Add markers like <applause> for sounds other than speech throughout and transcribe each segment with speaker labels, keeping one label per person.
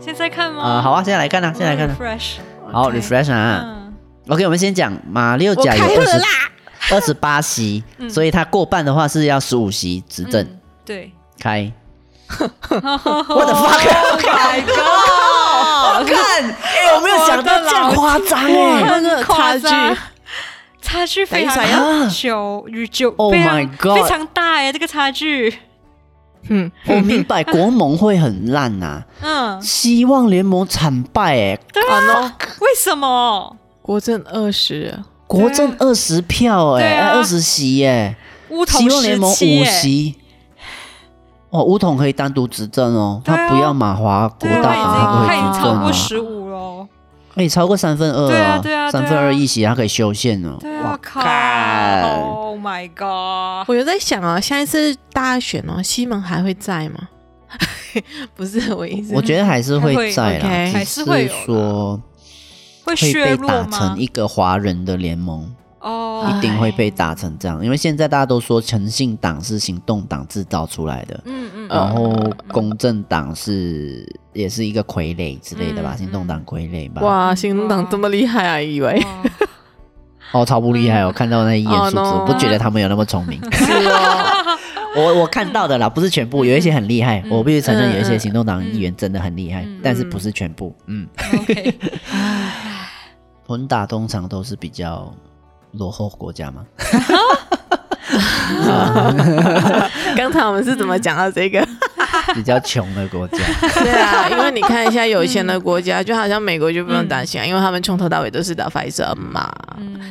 Speaker 1: 现在看吗？
Speaker 2: 呃，好啊，现在来看啊，现在来看啊，
Speaker 1: ，refresh，
Speaker 2: 好
Speaker 1: OK
Speaker 2: refresh 啊。
Speaker 1: 嗯，
Speaker 2: OK，我们先讲马六
Speaker 3: 我
Speaker 2: 甲有
Speaker 3: 开
Speaker 2: 二
Speaker 3: 了
Speaker 2: 十
Speaker 3: 啦，
Speaker 2: 二十八席，所以他过半的话是要十五席执政、
Speaker 1: 嗯
Speaker 2: <laughs>
Speaker 1: 对。
Speaker 2: 开。
Speaker 1: 我
Speaker 2: 我的 fuck！
Speaker 1: Oh
Speaker 2: <laughs>
Speaker 1: my
Speaker 3: 哦
Speaker 1: god！
Speaker 2: 看，哎，我没有想到这样夸张哎。
Speaker 3: 那个
Speaker 1: 夸
Speaker 3: 差距
Speaker 1: 张差距非
Speaker 3: 等一下
Speaker 2: 啊
Speaker 1: 常久与久
Speaker 2: Oh
Speaker 1: 非常
Speaker 2: my god
Speaker 1: 非常大哎，这个差距，
Speaker 3: 嗯，
Speaker 2: 我明白国盟会很
Speaker 1: <laughs>
Speaker 2: 烂呐、
Speaker 1: 嗯，
Speaker 2: 希望联盟惨败哎、
Speaker 1: 对
Speaker 3: 啊
Speaker 1: 啊
Speaker 3: no，
Speaker 1: 为什么？
Speaker 3: 国政二十，
Speaker 2: 国政二十票哎、
Speaker 1: 啊对啊
Speaker 2: 二十席哎、
Speaker 1: 乌头
Speaker 2: 希望联盟
Speaker 1: 时期
Speaker 2: 五
Speaker 1: 哎，
Speaker 2: 席。哦，乌统可以单独执政哦，
Speaker 1: 对啊
Speaker 2: 他不要马华国
Speaker 1: 对啊，
Speaker 2: 大
Speaker 1: 他已经他
Speaker 2: 法，他可
Speaker 1: 已
Speaker 2: 以
Speaker 1: 经
Speaker 2: 执
Speaker 1: 超
Speaker 2: 政
Speaker 1: 过
Speaker 2: 啊，
Speaker 1: 十五了，
Speaker 2: 可以超过三分二
Speaker 1: 对啊对啊对啊
Speaker 2: 三分二议席他可以修宪哦。
Speaker 1: 对啊，靠
Speaker 2: 干
Speaker 1: ！Oh my god！
Speaker 3: 我有在想啊，下一次大选哦，西门还会在吗？ <laughs> 不是我意思，
Speaker 2: 我觉得还是会在
Speaker 3: 还会
Speaker 2: 啦，只
Speaker 3: ，OK
Speaker 2: 是说
Speaker 1: 会
Speaker 2: 会
Speaker 1: 削
Speaker 2: 被
Speaker 1: 弱
Speaker 2: 打
Speaker 1: 吗
Speaker 2: 成？一个华人的联盟，
Speaker 1: 哦，
Speaker 2: 一定会被打成这样。因为现在大家都说诚信党是行动党制造出来的，
Speaker 1: 嗯嗯
Speaker 2: 然后公正党是也是一个傀儡之类的吧，
Speaker 1: 嗯
Speaker 2: 行动党傀儡吧。
Speaker 3: 哇，行动党这么厉害啊，以为
Speaker 1: 哦
Speaker 2: 哦，超不厉害！我看到那一眼数字
Speaker 3: Oh no
Speaker 2: 不觉得他们有那么聪明。
Speaker 3: 是哦，
Speaker 2: <laughs> 我我看到的啦，不是全部，有一些很厉害，我必须承认，
Speaker 3: 嗯
Speaker 2: 有一些
Speaker 3: 嗯
Speaker 2: 行动党议员真的很厉害，但是不是全部。嗯， <laughs>
Speaker 1: ，OK，
Speaker 2: 混打通常都是比较落后国家嘛。
Speaker 3: <laughs> 刚才我们是怎么讲到这个？
Speaker 2: <laughs> 比较穷的
Speaker 1: <laughs>
Speaker 2: 国家。
Speaker 3: 对 <laughs> 啊，因为你看一下有钱的国家，就好像美国就不用担心啊，因为他们从头到尾都是打 f i z e 嘛。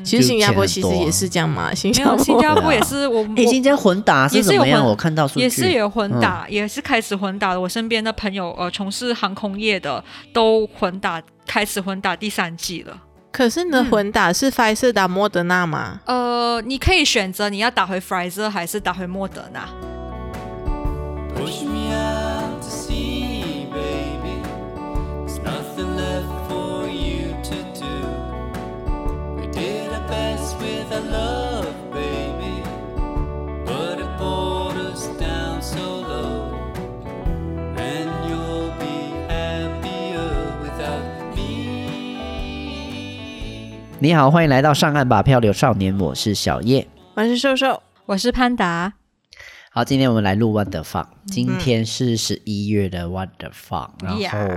Speaker 3: 其实新加坡其实也是这样嘛，新
Speaker 1: 没
Speaker 3: 加
Speaker 1: 有新
Speaker 3: 坡
Speaker 1: 加坡也是我
Speaker 2: 哎，
Speaker 1: 我
Speaker 2: 新加坡混打是
Speaker 1: 也是
Speaker 2: 怎
Speaker 1: 有
Speaker 2: 么样？
Speaker 1: 混
Speaker 2: 我看到数据嗯
Speaker 1: 也是有混打，也是开始混打的。我身边的朋友，呃，从事航空业的都混打，开始混打第三季了。
Speaker 3: 可是你的混打是 f i z e 打莫德纳嘛？
Speaker 1: 呃，你可以选择你要打回 Pfizer 还是打回莫德纳。
Speaker 4: Push me out to sea, baby. There's nothing left for you to do. We did our best with our love, baby. But it brought us down so low. And you'll be happier without me.
Speaker 2: 你好，欢迎来到上岸吧漂流少年，我是小叶。
Speaker 3: 我是瘦瘦，
Speaker 1: 我是潘达，
Speaker 2: 好，今天我们来
Speaker 3: 嗯
Speaker 2: 录 What the fuck。今天是十一月的 What the fuck，、然后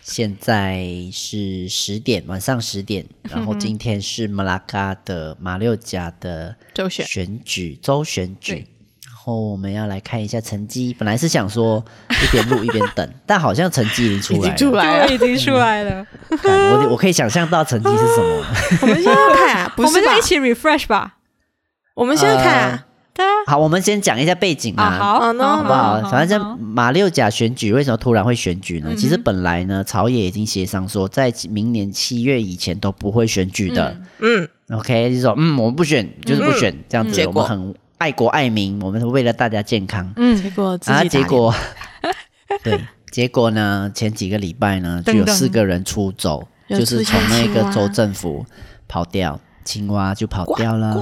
Speaker 2: 现在是十点，晚上十点。
Speaker 3: 嗯
Speaker 2: 然后今天是马拉嘎的马六甲的
Speaker 3: 周选
Speaker 2: 选举州选举
Speaker 1: 对。
Speaker 2: 然后我们要来看一下成绩。本来是想说一边录一边
Speaker 3: <laughs>
Speaker 2: 等，但好像成绩已经出
Speaker 3: 已
Speaker 2: 来
Speaker 3: 经
Speaker 2: 了。
Speaker 3: 出来了。
Speaker 1: 已经出来 <laughs> 了，
Speaker 2: 看我我可以想象到成绩是什么。
Speaker 3: <laughs> 我们现在看啊，不
Speaker 1: 我们
Speaker 3: 是吧
Speaker 1: 就一？起 refresh 吧。
Speaker 3: <laughs> 我们现在看啊，
Speaker 1: 对啊，
Speaker 2: 呃好，我们先讲一下背景
Speaker 1: 啊
Speaker 2: 啊。
Speaker 1: 好，
Speaker 3: 好呢
Speaker 2: 好不好？嗯反正马六甲选举为什么突然会选举呢？其实本来呢，朝野已经协商说，在明年七月以前都不会选举的。
Speaker 3: 嗯，
Speaker 2: OK，就是说，嗯，我嗯们不选，就是不选，这样子
Speaker 3: 结
Speaker 2: 我们
Speaker 3: 果
Speaker 2: 很爱国爱民，我们是为了大家健康。
Speaker 1: 嗯
Speaker 3: 结果自己
Speaker 2: 啊，
Speaker 3: 打
Speaker 2: 结
Speaker 3: 脸
Speaker 2: 果 <laughs> 对，结果呢，前几个礼拜
Speaker 3: <laughs>
Speaker 2: 呢，就
Speaker 1: 噔
Speaker 2: 有
Speaker 1: 噔
Speaker 2: 四个人出走，
Speaker 3: 有
Speaker 2: 就是
Speaker 3: 出
Speaker 2: 从
Speaker 3: 现
Speaker 2: 那
Speaker 3: 青
Speaker 2: 个
Speaker 3: 蛙
Speaker 2: 州政府跑掉，青蛙就跑掉了。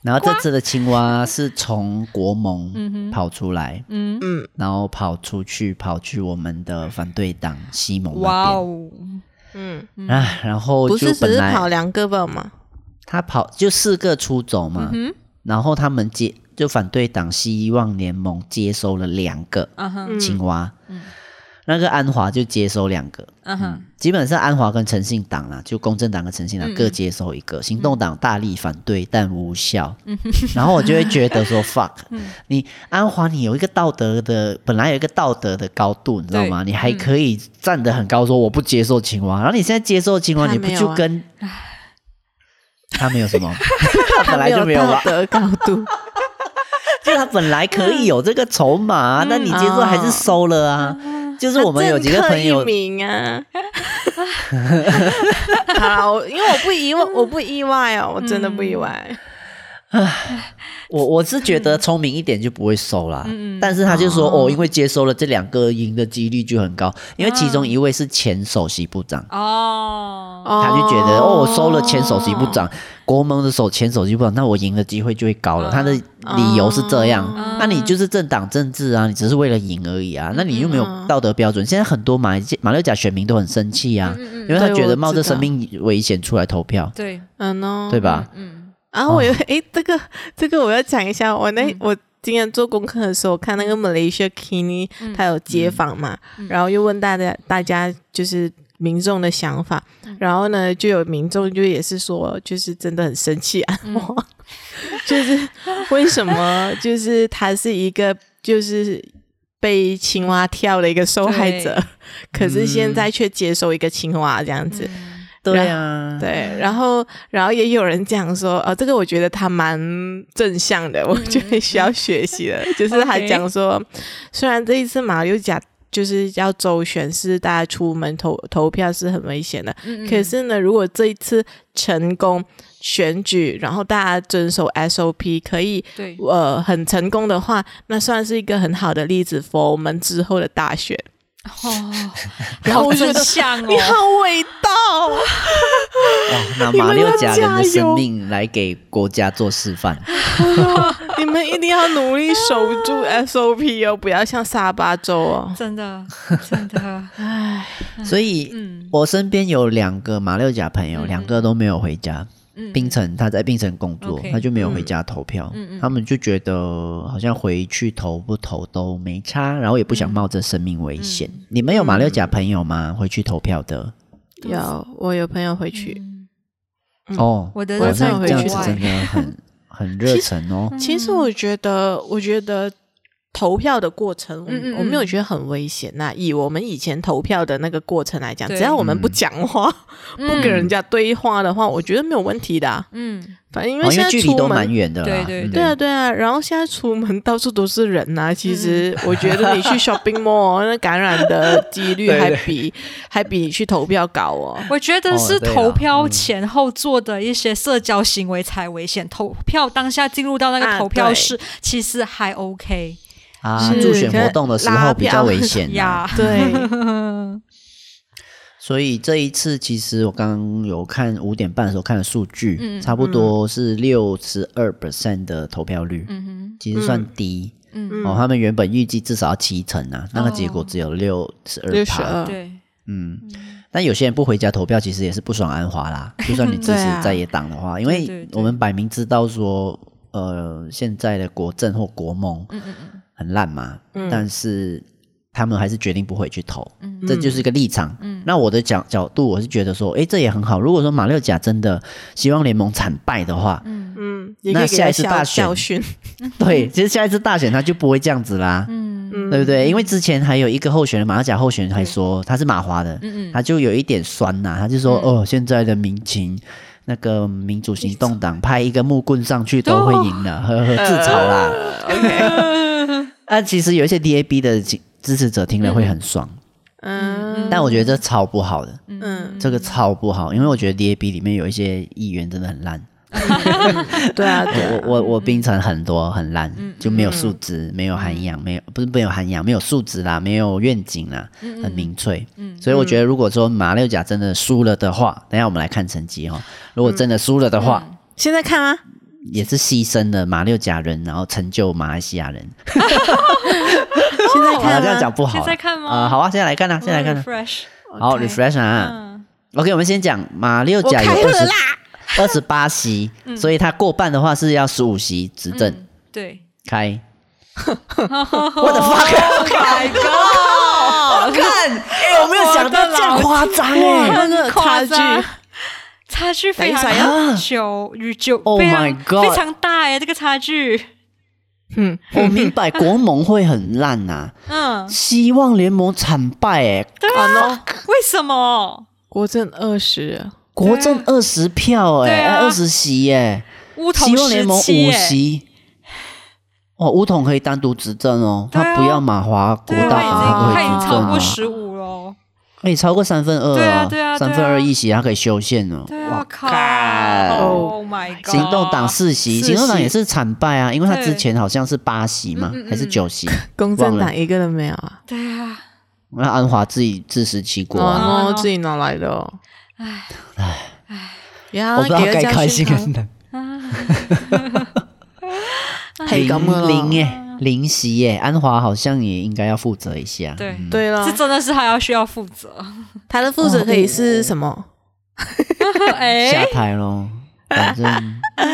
Speaker 2: 然后这次的青蛙是从国盟跑出来，
Speaker 1: 嗯
Speaker 2: 嗯，然后跑出去，跑去我们的反对党西蒙
Speaker 1: 哇
Speaker 2: 那
Speaker 1: 哦，
Speaker 3: 嗯，
Speaker 2: 边啊，然后
Speaker 3: 不
Speaker 2: 就是
Speaker 3: 只
Speaker 2: 本
Speaker 3: 是
Speaker 2: 来
Speaker 3: 跑两个吧嘛，
Speaker 2: 他跑就四个出走嘛，
Speaker 3: 嗯
Speaker 2: 然后他们接就反对党希望联盟接收了两个
Speaker 1: 嗯哼，
Speaker 2: 青蛙，
Speaker 3: 嗯
Speaker 2: 那个安华就接收两个，
Speaker 1: 嗯哼，
Speaker 2: 基本上安华跟诚信党啊啦，就公正党跟诚
Speaker 3: 嗯
Speaker 2: 信党各接收一个，行动党大力反对但无效。
Speaker 3: 嗯
Speaker 2: <laughs> 然后我就会觉得
Speaker 3: <laughs>
Speaker 2: 说 fuck，你安华你有一个道德的，本来有一个道德的高度，你知道吗？你
Speaker 3: 嗯
Speaker 2: 还可以站得很高说我不接受青蛙，然后你现在接受青蛙，
Speaker 3: 他
Speaker 2: 你不
Speaker 3: 没有
Speaker 2: 就
Speaker 3: 啊 <laughs>
Speaker 2: 跟他没有什么，他
Speaker 3: 他
Speaker 2: 本来就没
Speaker 3: 没
Speaker 2: 有
Speaker 3: 道
Speaker 2: 吧，
Speaker 3: 德高度，
Speaker 2: 就他本来可以有这个筹码啊，但你接受还是收了嗯啊。就是我们有几个朋友
Speaker 3: 政客一名啊。 <laughs> 好，我因为我不意外，我不意外哦，我真的不意外。
Speaker 2: 我我是觉得聪明一点就不会收啦，但是他就说嗯哦因为接收了这啊两个赢的几率就很高，因为其中一位是前首席部长，
Speaker 1: 哦，
Speaker 2: 他就觉得哦，
Speaker 3: 哦
Speaker 2: 我收了前首席部长，国盟的首前首席部长，那我赢的机会就会高
Speaker 3: 啊
Speaker 2: 了。他的理由是这样，那你就是政党政治啊，你只是为了赢而已啊，那你又没有道德标准。现在很多马来
Speaker 3: 嗯
Speaker 2: 西马六甲选民都很生气啊，因为他
Speaker 3: 对
Speaker 2: 觉
Speaker 3: 我
Speaker 2: 得冒着
Speaker 3: 知道
Speaker 2: 生命危险出来投票，
Speaker 1: 对，
Speaker 3: 嗯嗯哦，
Speaker 2: 对吧？
Speaker 3: 然啊后我有诶，这个这个我要讲一下，我那、我今天做功课的时候，我看那个 Malaysia Kini，、他有
Speaker 2: 嗯
Speaker 3: 街访嘛，然后又问大家大家就是民众的想法，然后呢就有民众就也是说，就是真的很生气啊，我 <laughs> 就是为什么就是他是一个就是。被青蛙跳的一个受害者，可是现在却接受一个青蛙这样子，
Speaker 2: 嗯对
Speaker 1: 嗯
Speaker 2: 啊，
Speaker 3: 对，然后然后也有人讲说，呃，这个我觉得他蛮正向的，我觉得需要学
Speaker 1: <laughs>
Speaker 3: 习的，就是他
Speaker 1: 嗯 OK
Speaker 3: 讲说，虽然这一次马六甲。就是要周旋，是大家出门投投票是很危险的。
Speaker 1: 嗯
Speaker 3: 可是呢，如果这一次成功选举，然后大家遵守 SOP，可以
Speaker 1: 对
Speaker 3: 呃很成功的话，那算是一个很好的例子，for 我们之后的大选。
Speaker 1: <laughs> 哦，
Speaker 3: 然后
Speaker 1: 好
Speaker 3: 我觉
Speaker 1: 正
Speaker 3: 得
Speaker 1: 向
Speaker 3: 你好
Speaker 1: 哦，
Speaker 3: 伟大哦！
Speaker 2: 哇，
Speaker 3: 嗯
Speaker 2: 拿
Speaker 3: 你们
Speaker 2: 马六
Speaker 3: 要
Speaker 2: 甲人的
Speaker 3: 加油
Speaker 2: 生命来给国家做示范。
Speaker 1: <laughs>
Speaker 3: 你们一定要努力守住
Speaker 1: 啊
Speaker 3: SOP 哦，不要像沙巴州哦。
Speaker 1: 真的，真的，
Speaker 2: 所以，
Speaker 3: 嗯
Speaker 2: 我身边有两个马六甲朋友，两个都没有回家。
Speaker 1: 嗯 <laughs>
Speaker 2: 槟城
Speaker 3: 嗯
Speaker 2: 他在槟城工作
Speaker 1: OK，
Speaker 2: 他就没有回家投票。他们就觉得好像回去投不投都没差，然后也不
Speaker 3: 嗯
Speaker 2: 想冒着生命危险。你们有马六甲朋友吗？回去投票的？
Speaker 3: 有，我有朋友回去。
Speaker 2: 哦，
Speaker 1: 我的
Speaker 2: 哇
Speaker 1: 都
Speaker 3: 在
Speaker 2: 那这样
Speaker 3: 国
Speaker 2: 子
Speaker 3: 外
Speaker 2: 真的
Speaker 3: <laughs>
Speaker 2: 很很热忱哦。
Speaker 1: 嗯
Speaker 3: 其实我觉得，我觉得投票的过程，我
Speaker 1: 嗯嗯
Speaker 3: 我没有觉得很危险呐、以我们以前投票的那个过程来讲，
Speaker 1: 对
Speaker 3: 只要我们不讲话、不跟人家对话的话，我觉得没有问题的啊、
Speaker 1: 嗯，
Speaker 3: 反正因
Speaker 2: 哦
Speaker 3: 为
Speaker 2: 因
Speaker 3: 现
Speaker 2: 为
Speaker 3: 在
Speaker 2: 距离
Speaker 3: 出
Speaker 2: 都蛮
Speaker 3: 门。
Speaker 2: 远的啦。
Speaker 1: 对对
Speaker 2: 嗯
Speaker 3: 对啊，对啊，然后现在出门到处都是人呐、其实
Speaker 1: 嗯
Speaker 3: <laughs> 我觉得你去 shopping mall 那感染的几率还比还比你去投票高哦。
Speaker 1: 我觉得
Speaker 2: 哦
Speaker 1: 是
Speaker 2: 对啦
Speaker 1: 投票前后做的一些社交行为才危险，投票当下进入到那个
Speaker 3: 啊
Speaker 1: 投票室、其实还 OK
Speaker 2: 啊，
Speaker 3: 是
Speaker 2: 助选
Speaker 3: 可能
Speaker 2: 活动的时候
Speaker 3: 拉
Speaker 2: 比较
Speaker 3: 票
Speaker 2: 危
Speaker 3: <laughs>
Speaker 2: 险啊
Speaker 1: 呀。
Speaker 3: 对，
Speaker 1: <laughs>
Speaker 2: 所以这一次，其实我刚刚有看五点半的时候看的数据，
Speaker 3: 嗯
Speaker 2: 差不多是六十二 percent 的投票率，其实算低。
Speaker 1: 嗯哦
Speaker 2: 哦，他们原本预计至少要七成啊，那个结果只有六十二
Speaker 3: 六十
Speaker 2: 趴。
Speaker 3: 二，
Speaker 1: 对，
Speaker 2: 嗯，但有些人不回家投票，其实也是不爽安华
Speaker 1: <laughs>
Speaker 2: 啦。就算你支
Speaker 3: 对
Speaker 2: 持
Speaker 3: 啊
Speaker 2: 在野党的话，因
Speaker 1: 对对
Speaker 2: 为
Speaker 1: 对
Speaker 2: 我们摆明知道说，呃，现在的国政或国盟
Speaker 1: 嗯
Speaker 2: 很烂嘛，
Speaker 3: 嗯
Speaker 2: 但是他们还是决定不回去投，
Speaker 1: 嗯
Speaker 2: 这就是一个立场。那我的角角度，我是觉得说，诶，这也很好。如果说马六甲真的希望联盟惨败的话，
Speaker 3: 嗯，也
Speaker 2: 那
Speaker 3: 可以给
Speaker 2: 下
Speaker 3: 他
Speaker 2: 一次大
Speaker 3: 教
Speaker 2: 选
Speaker 3: 教训，
Speaker 2: <laughs> 对，其实下一次大选他就不会这样子啦，嗯，对不对？因为之前还有一个候选人，马来甲候选人还
Speaker 3: 嗯
Speaker 2: 说他是马华的，他就有一点酸呐、他就说、哦，现在的民情。那个民主行动党派一个木棍上去都会赢的，
Speaker 3: 哦
Speaker 2: 呵呵，自嘲啦。
Speaker 3: <laughs>
Speaker 2: <laughs> 那其实有一些 DAB 的支持者听了会很爽，
Speaker 3: 嗯
Speaker 2: 但我觉得这超不好的，
Speaker 3: 嗯，
Speaker 2: 这个超不好，因为我觉得 DAB 里面有一些议员真的很烂。
Speaker 3: <laughs> 对啊，对
Speaker 2: 我
Speaker 3: 啊
Speaker 2: 我我冰城很多很烂，就没有素质，没有涵养，没有不是没有涵养，没有素质啦，没有愿景啦，很民粹。所以我觉得，如果说马六甲真的输了的话，等一下我们来看成绩哦。如果真的输了的话，
Speaker 3: 现在看啊，
Speaker 2: 也是牺牲了马六甲人，然后成就马来西亚人。好了，
Speaker 3: 现在看
Speaker 2: 这样
Speaker 3: 啊，
Speaker 2: 讲不好。
Speaker 1: 现在看吗
Speaker 2: 啊、好啊，现在来看啊，现在来看啊。
Speaker 1: fresh，
Speaker 2: 好，refresh 啊。OK，我们先讲马六甲有
Speaker 3: 我开
Speaker 2: 二
Speaker 3: 了
Speaker 2: 十二十八席，所以他过半的话是要十五席执政。
Speaker 1: 对
Speaker 2: 开。我的 fuck！
Speaker 1: Oh ，My God，
Speaker 2: 看，哎，我没有想到这样夸张哎！
Speaker 3: 哇那个
Speaker 1: 夸
Speaker 3: 差距
Speaker 1: 张差距非
Speaker 3: 等一下
Speaker 1: 常久与久
Speaker 2: Oh
Speaker 1: 非常
Speaker 2: my God
Speaker 1: 非常大哎，这个差距，
Speaker 3: <laughs> 嗯，
Speaker 2: 我明白国盟会很烂呐，
Speaker 1: 嗯，
Speaker 2: 希望联盟惨败哎，
Speaker 1: 对啊，为什么？
Speaker 3: 国政二十，
Speaker 2: 国政二十票
Speaker 1: 啊对
Speaker 2: 哎，
Speaker 1: 啊
Speaker 2: 二十席哎，
Speaker 1: 乌头
Speaker 2: 希望联盟
Speaker 1: 时期
Speaker 2: 五
Speaker 1: 哎，
Speaker 2: 席。哦，吴统可以单独执政哦，
Speaker 1: 对啊
Speaker 2: 他不要马华国
Speaker 1: 对啊，
Speaker 2: 大
Speaker 1: 他
Speaker 2: 法
Speaker 1: 已经他
Speaker 2: 会
Speaker 1: 已经
Speaker 2: 执
Speaker 1: 超
Speaker 2: 政
Speaker 1: 过
Speaker 2: 啊，
Speaker 1: 十五了。
Speaker 2: 可以超过三分二哦
Speaker 1: 对啊对啊对啊
Speaker 2: 三分二一席他可以修宪哦。
Speaker 1: 对啊，靠
Speaker 2: 干
Speaker 1: ！Oh my god！
Speaker 2: 行动党四席，
Speaker 3: 四
Speaker 2: 行动党
Speaker 3: 席
Speaker 2: 也是惨败啊，因为他
Speaker 1: 对嗯
Speaker 2: 之前好像是八席嘛，还是九席，
Speaker 3: 公
Speaker 2: 忘
Speaker 3: 正
Speaker 2: 了
Speaker 3: 党一个都没有啊，
Speaker 1: 对啊，
Speaker 2: 那安华自己自食其果啊。
Speaker 3: 哦，自己拿来的哦，呀
Speaker 2: 我不知道
Speaker 3: 給個
Speaker 2: 该
Speaker 3: 教
Speaker 2: 开
Speaker 3: 訓
Speaker 2: 心
Speaker 3: 佢
Speaker 2: 跟難。
Speaker 3: 啊
Speaker 2: <laughs>
Speaker 3: 係咁噶啦
Speaker 2: 零耶，零席耶，安华好像也应该要负责一下。
Speaker 1: 对，
Speaker 2: 嗯
Speaker 3: 对了
Speaker 1: 这，真的是他要需要负责。 <laughs>
Speaker 3: 他的负责可以是什么？
Speaker 2: 下
Speaker 1: 哎，
Speaker 2: 台喽。反
Speaker 3: <laughs>
Speaker 2: 正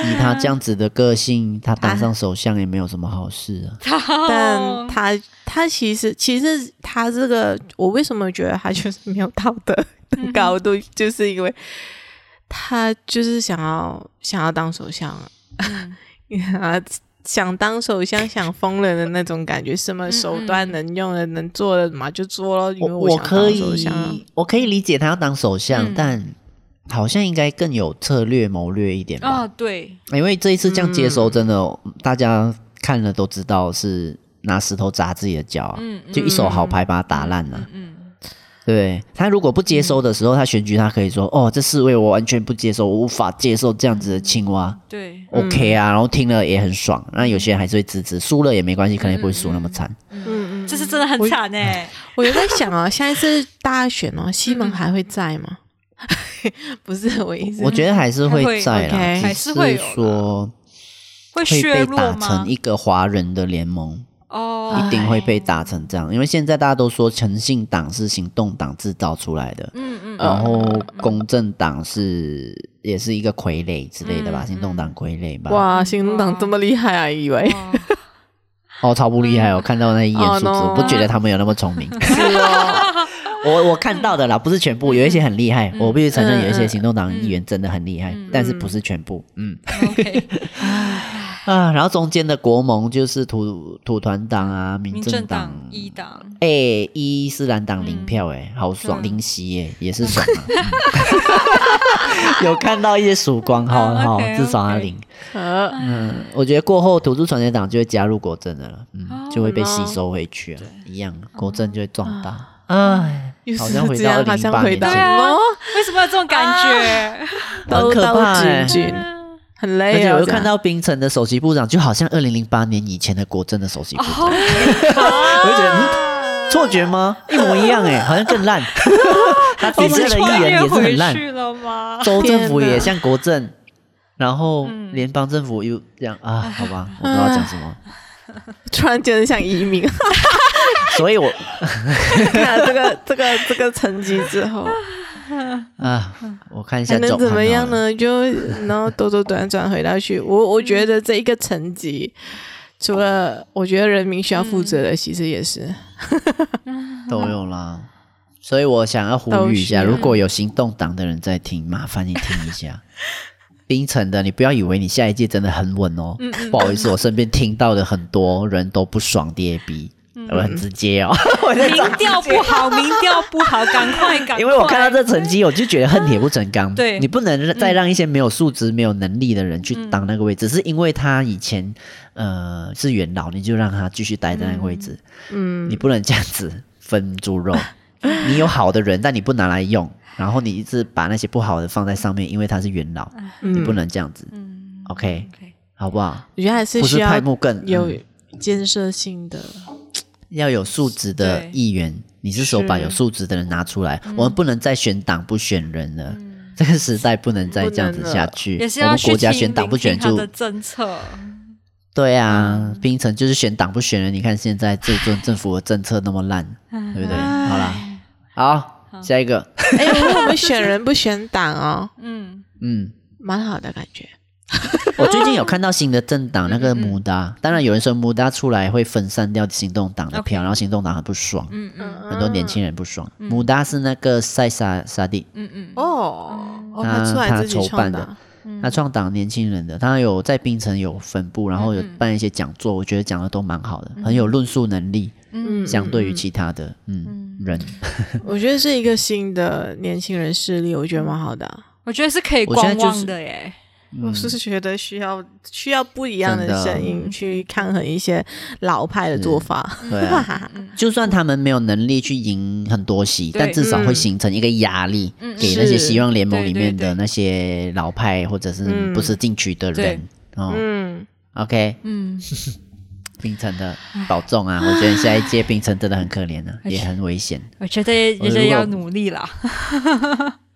Speaker 2: 以他这样子的个性，他当上首相也没有什么好事啊。
Speaker 3: 但
Speaker 1: 但
Speaker 3: 他他其实其实他这个，我为什么觉得他就是没有道德的高度，就是因为他就是想要想要当首相啊，啊， <laughs> 想当首相想疯了的那种感觉，什么手段能用的、能做的嘛就做 <laughs> 咯，因为
Speaker 2: 我
Speaker 3: 想
Speaker 2: 可
Speaker 3: 当首相啊。嗯
Speaker 2: 以，我可以理解他要当首相，但好像应该更有策略谋略一点吧。
Speaker 3: 哦
Speaker 1: 啊，对，
Speaker 2: 因为这一次这样接
Speaker 3: 嗯
Speaker 2: 收，真的、大家看了都知道是拿石头砸自己的脚、啊，
Speaker 3: 嗯
Speaker 2: 就一手好牌把他打烂了、
Speaker 1: 嗯
Speaker 2: 对他如果不接收的时候，他选举他可以说：“
Speaker 1: 嗯
Speaker 2: 哦，这四位我完全不接受，我无法接受这样子的青蛙。
Speaker 1: 对，
Speaker 2: OK 啊，然后听了也很爽。那有些人还是会支持，输了也没关系，可能也不会输那么惨。嗯
Speaker 1: 这是真的很惨哎。
Speaker 3: 我就在想啊，下一次大选哦，西蒙还会在吗？ <laughs> 不是我意思，
Speaker 2: 我觉得还是会在啦，
Speaker 3: 还会 OK
Speaker 2: 只
Speaker 1: 嗯还是会有啦
Speaker 2: 说
Speaker 1: 会
Speaker 2: 会
Speaker 1: 削
Speaker 2: 被
Speaker 1: 弱
Speaker 2: 打
Speaker 1: 吗
Speaker 2: 成？一个华人的联盟。
Speaker 1: 哦
Speaker 2: 一，定会被打成这样，因为现在大家都说诚信党是行动党制造出来的，
Speaker 1: 嗯嗯，
Speaker 2: 然后公正党是也是一个傀儡之类
Speaker 1: 嗯
Speaker 2: 的吧，行动党傀儡吧。
Speaker 3: 哇，新东党这么厉害啊，以为。
Speaker 2: 哦，超不厉害哦，我看到那一眼数字，
Speaker 3: 哦，no
Speaker 2: 我不觉得他们有那么聪明。
Speaker 3: <laughs>
Speaker 2: 我我看到的啦，不是全部，有一些很厉害，我必须承认，有一些行动党议员真的很厉害，但是不是全部，嗯。 <laughs>
Speaker 1: OK，
Speaker 2: 啊，然后中间的国盟就是土土团党啊、民
Speaker 1: 民
Speaker 2: 政
Speaker 1: 政
Speaker 2: 党
Speaker 1: 党、一党，
Speaker 2: 哎、伊斯兰党零票哎、好
Speaker 1: 嗯
Speaker 2: 爽，零席耶，也是
Speaker 1: <laughs>
Speaker 2: 爽啊。 <laughs> 嗯有看到一些曙
Speaker 1: <laughs>
Speaker 2: 光，好
Speaker 1: 嗯
Speaker 2: 好，
Speaker 1: OK，
Speaker 2: 至少他
Speaker 1: OK
Speaker 2: 零。嗯，我觉得过后土著传学党就会加入国政的了，嗯，
Speaker 1: 哦
Speaker 2: 就会被吸收回去啊，一样，国政就会壮大。
Speaker 1: 哦
Speaker 2: 哎，
Speaker 3: 又
Speaker 2: 好
Speaker 3: 是
Speaker 2: 像回
Speaker 3: 这
Speaker 2: 到
Speaker 3: 样，好像
Speaker 2: 2008
Speaker 3: 回
Speaker 2: 年
Speaker 3: 到
Speaker 2: 前，
Speaker 3: 哦，
Speaker 1: 啊为什么有这种感觉？
Speaker 2: 很可怕哎
Speaker 3: 紧。紧，很
Speaker 2: 而
Speaker 3: 累
Speaker 2: 且
Speaker 3: 啊。
Speaker 2: 我又
Speaker 3: 这样
Speaker 2: 看，到冰城的首席部长，就好像二零零八年以前的国政的首席部
Speaker 1: 哦
Speaker 2: 长，我就觉得嗯错觉吗？一模一样哎，好像更
Speaker 1: <laughs>
Speaker 2: 烂。他
Speaker 1: 哦我
Speaker 2: 底
Speaker 1: 们
Speaker 2: 下的
Speaker 1: 穿
Speaker 2: 议员
Speaker 1: 越
Speaker 2: 也是很
Speaker 1: 回
Speaker 2: 烂，
Speaker 1: 去了吗？
Speaker 2: <laughs> 州政府也
Speaker 3: 天哪嗯
Speaker 2: 像国政，然后联邦政府又这样
Speaker 3: <laughs>
Speaker 2: 啊，好吧，我不知道讲什么，
Speaker 3: <laughs> 突然间想
Speaker 2: <laughs>
Speaker 3: 移民。
Speaker 2: 所以我
Speaker 3: 看了这个这个这个成绩之
Speaker 2: <laughs>
Speaker 3: 后，
Speaker 2: 啊，我看一
Speaker 3: 还
Speaker 2: 下
Speaker 3: 能
Speaker 2: 总
Speaker 3: 怎
Speaker 2: 好
Speaker 3: 么
Speaker 2: 了
Speaker 3: 样？呢？就然后兜兜转转回到去，我我觉得这一个成绩，除了我觉得人民需要负责的，其实也是
Speaker 2: 都有啦。所以我想要呼吁一下，
Speaker 3: 都需
Speaker 2: 如
Speaker 3: 要
Speaker 2: 果有行动党的人在听，麻烦你听一
Speaker 3: <laughs>
Speaker 2: 下。冰城的，你不要以为你下一届真的很稳哦。
Speaker 3: 嗯
Speaker 2: 不好意思，我身边听到的很多人都不爽 DAB，、我
Speaker 3: 嗯
Speaker 2: 很直接哦。 <laughs> 我在
Speaker 1: 民调不
Speaker 2: <laughs>
Speaker 1: 好，民调不好，赶快赶快！
Speaker 2: 因为我看到这成绩，我就觉得恨铁不成钢。
Speaker 1: 对
Speaker 2: 你不能再让一些没有素质、没有能力的人去当那个位置，只是因为他以前呃是元老，你就让他继续待在那个位置。嗯，你不能这样子分猪肉。你有好的人，但你不拿来用，然后你一直把那些不好的放在上面，因为他是元老，
Speaker 3: 嗯
Speaker 2: 你不能这样子。OK，
Speaker 1: OK
Speaker 2: 好不好？
Speaker 3: 我觉得还是
Speaker 2: 不是
Speaker 3: 需要
Speaker 2: 派木更
Speaker 3: 有
Speaker 2: 嗯
Speaker 3: 建设性的。
Speaker 2: 要有素质的
Speaker 1: 对嗯
Speaker 2: 议员，你是手把
Speaker 3: 是
Speaker 2: 有素质的人拿出来，我们不能再选党不选人了。 <laughs> 这个时代不能再这样子下去，
Speaker 1: 也是
Speaker 2: 我
Speaker 1: 要
Speaker 2: 们
Speaker 1: 去
Speaker 2: 国家
Speaker 1: 听
Speaker 2: 选党不选
Speaker 1: 聆听他
Speaker 2: 住
Speaker 1: 的，嗯政策，
Speaker 2: 对啊，槟城就是选党不选人。你看现
Speaker 1: <laughs>
Speaker 2: 在这尊政府的政策那么烂，对不对？好啦，好，下一个，
Speaker 3: <laughs> 哎， <laughs> 我为我们选人不选党哦，
Speaker 1: 嗯， <laughs>
Speaker 2: 嗯，
Speaker 3: 蛮好的感觉。
Speaker 2: 我最近有看到新的政党那
Speaker 1: 嗯
Speaker 2: 个穆达，当然有人说穆达出来会分散掉行动党的票，然后行动党很不爽，嗯嗯，很多年轻人不爽。
Speaker 1: 嗯
Speaker 2: 穆达是那个塞萨沙地，
Speaker 3: 哦，哦，
Speaker 2: 他
Speaker 3: 他出来
Speaker 2: 他
Speaker 3: 自己
Speaker 2: 筹
Speaker 3: 创
Speaker 2: 办
Speaker 3: 的
Speaker 2: 的
Speaker 3: 啊，
Speaker 2: 他创党年轻人的，他有在槟城有分部，然后
Speaker 3: 嗯
Speaker 2: 有办一些讲座，我觉得讲的都蛮好的，很有论述能力，
Speaker 3: 嗯，
Speaker 2: 相对于其他的嗯人，
Speaker 3: 我觉得是一个新的年轻人势力，我觉得蛮好的啊。
Speaker 1: 我觉得是可以
Speaker 2: 我现在
Speaker 1: 观
Speaker 2: 就是
Speaker 1: 望的耶。
Speaker 2: 嗯
Speaker 3: 我是觉得需要需要不一样的
Speaker 2: 真的
Speaker 3: 声音去抗衡一些老派的做法。
Speaker 2: 对
Speaker 3: <laughs>
Speaker 2: 啊，就算他们没有能力去赢很多席，
Speaker 1: 对
Speaker 2: 但至少会
Speaker 3: 嗯
Speaker 2: 形成一个压力，给那些希望联盟里面的那些老派或者是不是进取的人。哦
Speaker 3: 嗯，
Speaker 2: ，OK，
Speaker 1: 嗯，
Speaker 2: 槟城的保重啊！我觉得下一届槟城真的很可怜啊，也很危险。
Speaker 1: 我觉得也
Speaker 2: 我如
Speaker 1: 是要
Speaker 2: 果
Speaker 1: 努力啦。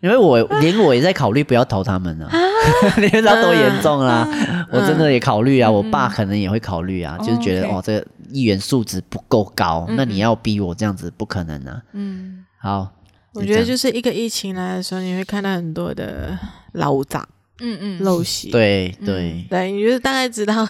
Speaker 2: 因为我连我也在考虑不要投他们啊呢、
Speaker 3: 啊
Speaker 2: <laughs> 你们知道多严重啦、
Speaker 3: 嗯
Speaker 2: 我真的也考虑啊，我爸可能也会考虑啊，就是觉得
Speaker 1: 哦，OK
Speaker 2: 哦，这个议员素质不够高，
Speaker 3: 嗯
Speaker 2: 那你要逼我这样子不可能啊。
Speaker 1: 嗯，
Speaker 2: 好，
Speaker 3: 我觉得
Speaker 2: 这
Speaker 3: 就
Speaker 2: 样
Speaker 3: 是一个疫情来的时候，你会看到很多的老杂
Speaker 1: 嗯嗯
Speaker 3: 陋习，
Speaker 2: 对对，
Speaker 3: 对，你就是大概知道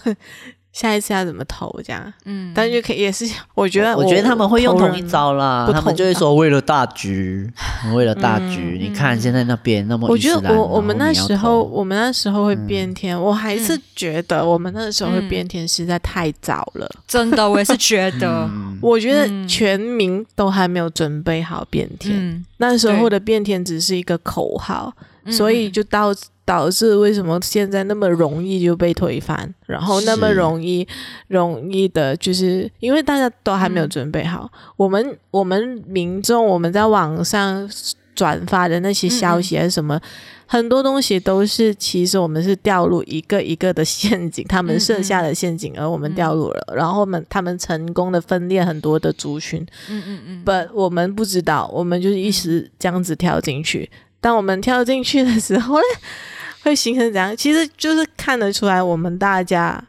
Speaker 3: 下一次要怎么投这样，
Speaker 1: 嗯，
Speaker 3: 但就可以也是， <laughs> 嗯我觉得
Speaker 2: 我觉得他们会用
Speaker 3: 投
Speaker 2: 同
Speaker 3: 人
Speaker 2: 一招啦
Speaker 3: 不，
Speaker 2: 他们
Speaker 3: 同
Speaker 2: 就会说为了大
Speaker 3: <laughs>
Speaker 2: 局，为了大局。你看现在那边那么
Speaker 3: 嗯我
Speaker 2: 伊
Speaker 3: 觉
Speaker 2: 斯
Speaker 3: 得
Speaker 2: 兰
Speaker 3: 我我们那时候，，
Speaker 2: 然后
Speaker 3: 我们那时候会变天，
Speaker 2: 嗯
Speaker 3: 我还是觉得我们那时候会
Speaker 1: 嗯
Speaker 3: 变天实在太早了。
Speaker 1: 真的，我也是觉得，
Speaker 2: 嗯
Speaker 1: 嗯
Speaker 3: 我觉得全民都还没有准备好变天，
Speaker 1: 嗯，
Speaker 3: 那时候
Speaker 1: 对
Speaker 3: 的变天只是一个口号，
Speaker 1: 嗯
Speaker 3: 所以就导导致为什么现在那么容易就被推翻，然后那么
Speaker 2: 是
Speaker 3: 容易容易的，就是因为大家都还
Speaker 1: 嗯
Speaker 3: 没有准备好。我们我们民众我们在网上转发的那些
Speaker 1: 嗯
Speaker 3: 消息还是什么，很多东西都是其实我们是掉入一个一个的陷阱，他
Speaker 1: 嗯
Speaker 3: 们设下的陷阱，而我们掉入了，然后我们他们成功的分裂很多的族群，
Speaker 1: 嗯嗯嗯，
Speaker 3: 不，我们不知道，我们就是一时这样子跳进去。当我们跳进去的时候呢， <laughs> 会形成怎样？其实就是看得出来，我们大家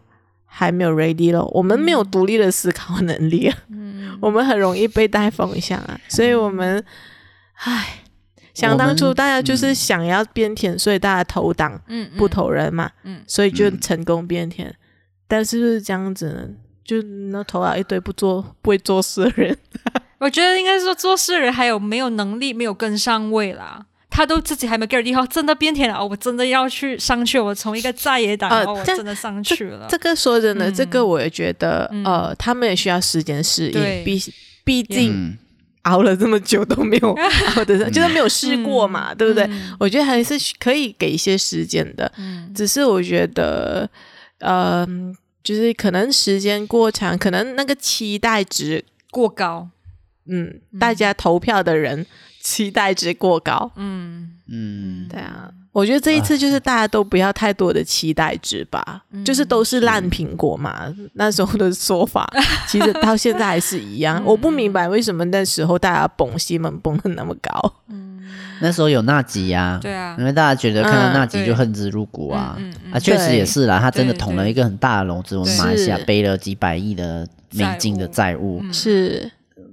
Speaker 3: 还没有 ready 咯，我们没有独立的思考能力啊，
Speaker 1: 嗯
Speaker 3: 我们很容易被带风向啊，所以我们，唉，想当
Speaker 2: 我
Speaker 3: 初
Speaker 2: 们
Speaker 3: 大家就是想要变甜，所以大家投党
Speaker 1: 嗯嗯
Speaker 3: 不投人嘛，
Speaker 1: 嗯
Speaker 3: 所以就成功变甜。但是就是这样子呢，就那投了一堆不做不会做事的人。
Speaker 1: 我觉得应该是说做事人还有没有能力，没有跟上位啦。他都自己还没 get 地方，真的变天了哦！我真的要去上去，我从一个在野党，
Speaker 3: 呃
Speaker 1: 然后我
Speaker 3: 这
Speaker 1: 真的上去了。
Speaker 3: 这个说真的，
Speaker 1: 嗯
Speaker 3: 这个我也觉得，呃，他们也需要时间适
Speaker 1: 对
Speaker 3: 应，毕毕竟
Speaker 2: 嗯，
Speaker 3: 熬了这么久都没
Speaker 1: <laughs>
Speaker 3: 有熬的，就是没有试过嘛，对不对？
Speaker 1: 嗯
Speaker 3: 我觉得还是可以给一些时间的，
Speaker 1: 嗯
Speaker 3: 只是我觉得，呃，就是可能时间过长，可能那个期待值，
Speaker 1: 过高，
Speaker 3: 嗯，大家投票的人期待值过高，
Speaker 1: 嗯
Speaker 2: 嗯，
Speaker 3: 对啊。我觉得这一次就是大家都不要太多的期待值吧，就是都是烂苹果嘛。那时候的说法， <laughs> 其实到现在还是一样。我不明白为什么那时候大家捧西门捧的那么高。
Speaker 2: 那时候有纳吉啊，
Speaker 1: 对啊
Speaker 2: 因为大家觉得看
Speaker 3: 嗯
Speaker 2: 到纳吉
Speaker 1: 对
Speaker 2: 就恨之入骨啊
Speaker 1: 嗯嗯，
Speaker 2: 啊，确实
Speaker 3: 对
Speaker 2: 也是啦，他真的
Speaker 1: 对
Speaker 2: 捅了
Speaker 1: 对
Speaker 2: 一个很大的笼子，我们马来西亚
Speaker 3: 是
Speaker 2: 背了几百亿的美金的债务，
Speaker 1: 嗯
Speaker 3: 是，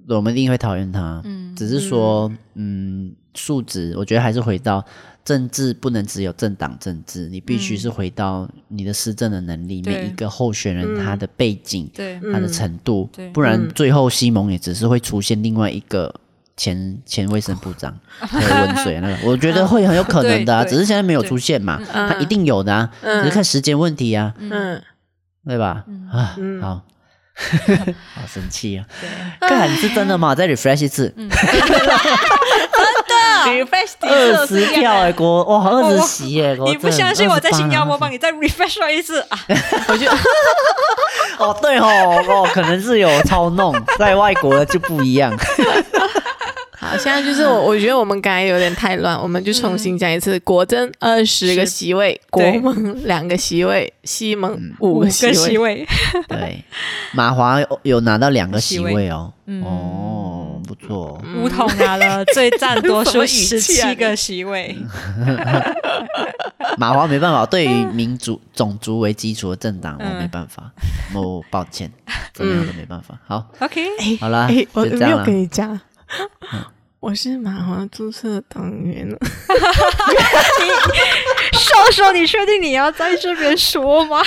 Speaker 2: 我们一定会讨厌他，只是说，嗯，素质，我觉得还是回到政治不能只有政党政治，你必须是回到你的施政的能力，
Speaker 1: 嗯对嗯
Speaker 2: 每一个候选人他的背景、
Speaker 1: 对，
Speaker 2: 他的程度
Speaker 1: 对，
Speaker 2: 不然最后西蒙也只是会出现另外一个。前前卫生部
Speaker 1: <laughs>
Speaker 2: 长还有温水那个，我觉得会很有可能的
Speaker 1: 嗯
Speaker 2: 啊，
Speaker 1: 对对嗯
Speaker 2: 只是现在没有出现嘛，他一定有的啊，只是看时间问题啊，
Speaker 3: 嗯，
Speaker 2: 对吧？啊，
Speaker 1: <laughs>
Speaker 3: 嗯
Speaker 2: 好，好生气啊！干是真的吗？再 refresh 一次，
Speaker 1: 嗯 refresh
Speaker 2: 二十票哎，国哇，二十席耶！国
Speaker 1: 欸你不相信
Speaker 2: 啊
Speaker 1: 我在新加坡
Speaker 2: 帮
Speaker 1: 帮你再 refresh 了一次啊？
Speaker 2: <laughs> 哦，对哦，哦，可能是有操弄，在外国就不一样。
Speaker 3: 好，现在就是我，我觉得我们刚才有点太乱，我们就重新讲一次：国政二十个席位，国
Speaker 1: 对
Speaker 3: 盟两个席位，西盟
Speaker 2: 嗯
Speaker 1: 五
Speaker 3: 五
Speaker 1: 个
Speaker 3: 个席
Speaker 1: 席
Speaker 3: 位。
Speaker 1: 位，
Speaker 2: 对，马华有有拿到两个席
Speaker 1: 席位
Speaker 2: 位哦，哦，不错。
Speaker 1: <laughs> 梧桐拿了最占多
Speaker 3: 什么
Speaker 1: 数
Speaker 3: 语
Speaker 1: 十
Speaker 3: 气啊
Speaker 1: 七
Speaker 3: 你
Speaker 1: 个席位。
Speaker 2: 马华没办法，对于民族种族为基础的政党，我
Speaker 1: 嗯
Speaker 2: 没办法，我抱歉，怎么样都没办法。好，
Speaker 1: OK， <laughs>
Speaker 2: 好啦，嗯
Speaker 3: 哎，我
Speaker 2: 就这
Speaker 3: 没有
Speaker 2: 样
Speaker 3: 跟
Speaker 2: 了。
Speaker 3: 你讲，我是马华注册党员。
Speaker 1: 瘦瘦，你确定你要在这边说 <laughs> 吗？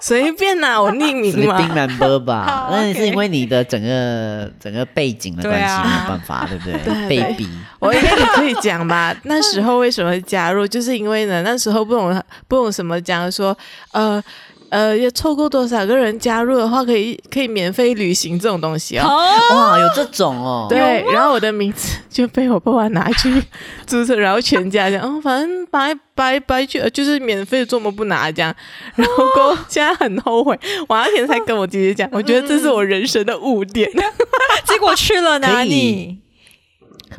Speaker 3: 随便啦、我匿
Speaker 2: <laughs>
Speaker 3: 名
Speaker 2: Sleeping
Speaker 3: 嘛。
Speaker 2: member 吧
Speaker 1: 好，
Speaker 2: 那也
Speaker 1: OK
Speaker 2: 是因为你的整个整个背景的关系，
Speaker 1: 对啊
Speaker 2: 没有办法，对不对？
Speaker 3: 对
Speaker 2: 被逼。
Speaker 3: 我应该也可以讲吧。那时候为什么加入，就是因为呢，那时候不懂不懂什么讲说，呃呃，要凑够多少个人加入的话，可以可以免费旅行这种东西哦。
Speaker 1: 哦，
Speaker 2: 哇，有这种哦。
Speaker 3: 对，然后我的名字就被我爸爸拿去 <laughs> 注册，然后全家讲，哦，反正白白白去，呃就是免费做么不拿这样，然后过后现在很后悔，我那天才跟我姐姐讲，我觉得这是我人生的污点， <laughs>
Speaker 1: 结果去了哪
Speaker 2: 可以
Speaker 1: 里？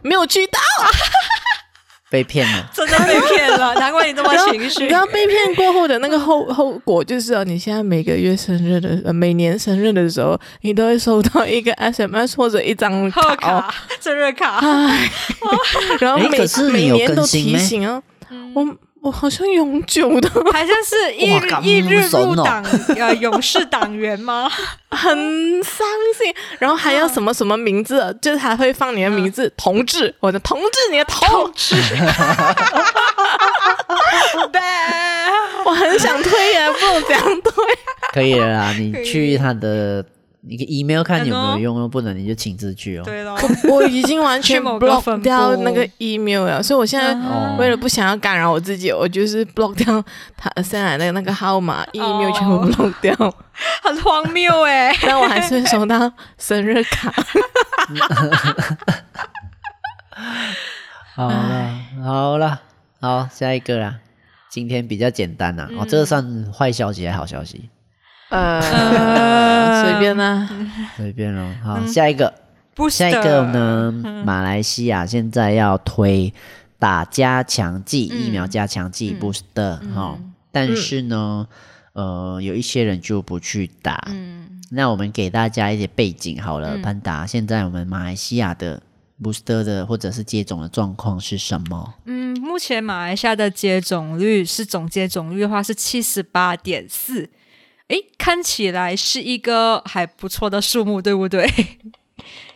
Speaker 3: 没有去到。
Speaker 2: 被骗了。
Speaker 1: 真的被骗了，难怪你这么
Speaker 3: 然后
Speaker 1: 情
Speaker 3: 你
Speaker 1: 绪
Speaker 3: 知。道被骗过后的那个后后果就是哦，你现在每个月生日的、呃、每年生日的时候，你都会收到一个 SMS 或者一张
Speaker 1: 贺
Speaker 3: 卡哦，啊
Speaker 1: 卡，生日卡，
Speaker 3: <laughs> 然后
Speaker 2: 诶
Speaker 3: 每
Speaker 2: 可是你
Speaker 3: 每
Speaker 2: 有
Speaker 3: 年都
Speaker 2: 更新
Speaker 3: 提
Speaker 2: 咩
Speaker 3: 醒啊，我我好像永久的
Speaker 1: 好像是一
Speaker 2: 哇
Speaker 1: 日
Speaker 2: 感
Speaker 1: 一日
Speaker 2: 神
Speaker 1: 入
Speaker 2: 哦
Speaker 1: 党呃勇士党员吗？
Speaker 3: 很伤心，嗯然后还要什么什么名字，就是还会放你的名字，同志，我的同志，你的同志，我很想推啊，不知道怎样推。
Speaker 2: 可以了啦，你去他的一个 email 看
Speaker 1: 看
Speaker 2: 有没
Speaker 1: 哦
Speaker 2: 有用，不能你就亲自去哦。
Speaker 1: 对咯，
Speaker 3: 我已经完全
Speaker 1: <laughs> 去某个
Speaker 3: block
Speaker 1: 分部嗯
Speaker 3: 掉那个 email 了，所以我现在
Speaker 2: 哦
Speaker 3: 为了不想要干扰我自己，我就是
Speaker 1: 哦
Speaker 3: block 掉他 s e 来的那个号码、email 全
Speaker 1: 哦
Speaker 3: 部 block 掉，
Speaker 1: 很荒谬哎、
Speaker 3: 但我还是会收到生日
Speaker 1: <laughs>
Speaker 3: 卡。
Speaker 2: 好了，好了，好，下一个啦。今天比较简单啦，哦，这个算坏消息还是好消息？
Speaker 1: 嗯
Speaker 3: 呃，随便啦、
Speaker 2: 随便咯。好，下一个，
Speaker 1: 不
Speaker 2: 下一个呢？马来西亚现在要推打加强剂、疫苗加强剂 booster 哈，但是呢，呃，有一些人就不去打。那我们给大家一些背景好了，潘达，现在我们马来西亚的 booster 的或者是接种的状况是什么？
Speaker 1: 嗯，目前马来西亚的接种率是总接种率的话是七十八点四，诶，看起来是一个还不错的数目，对不对？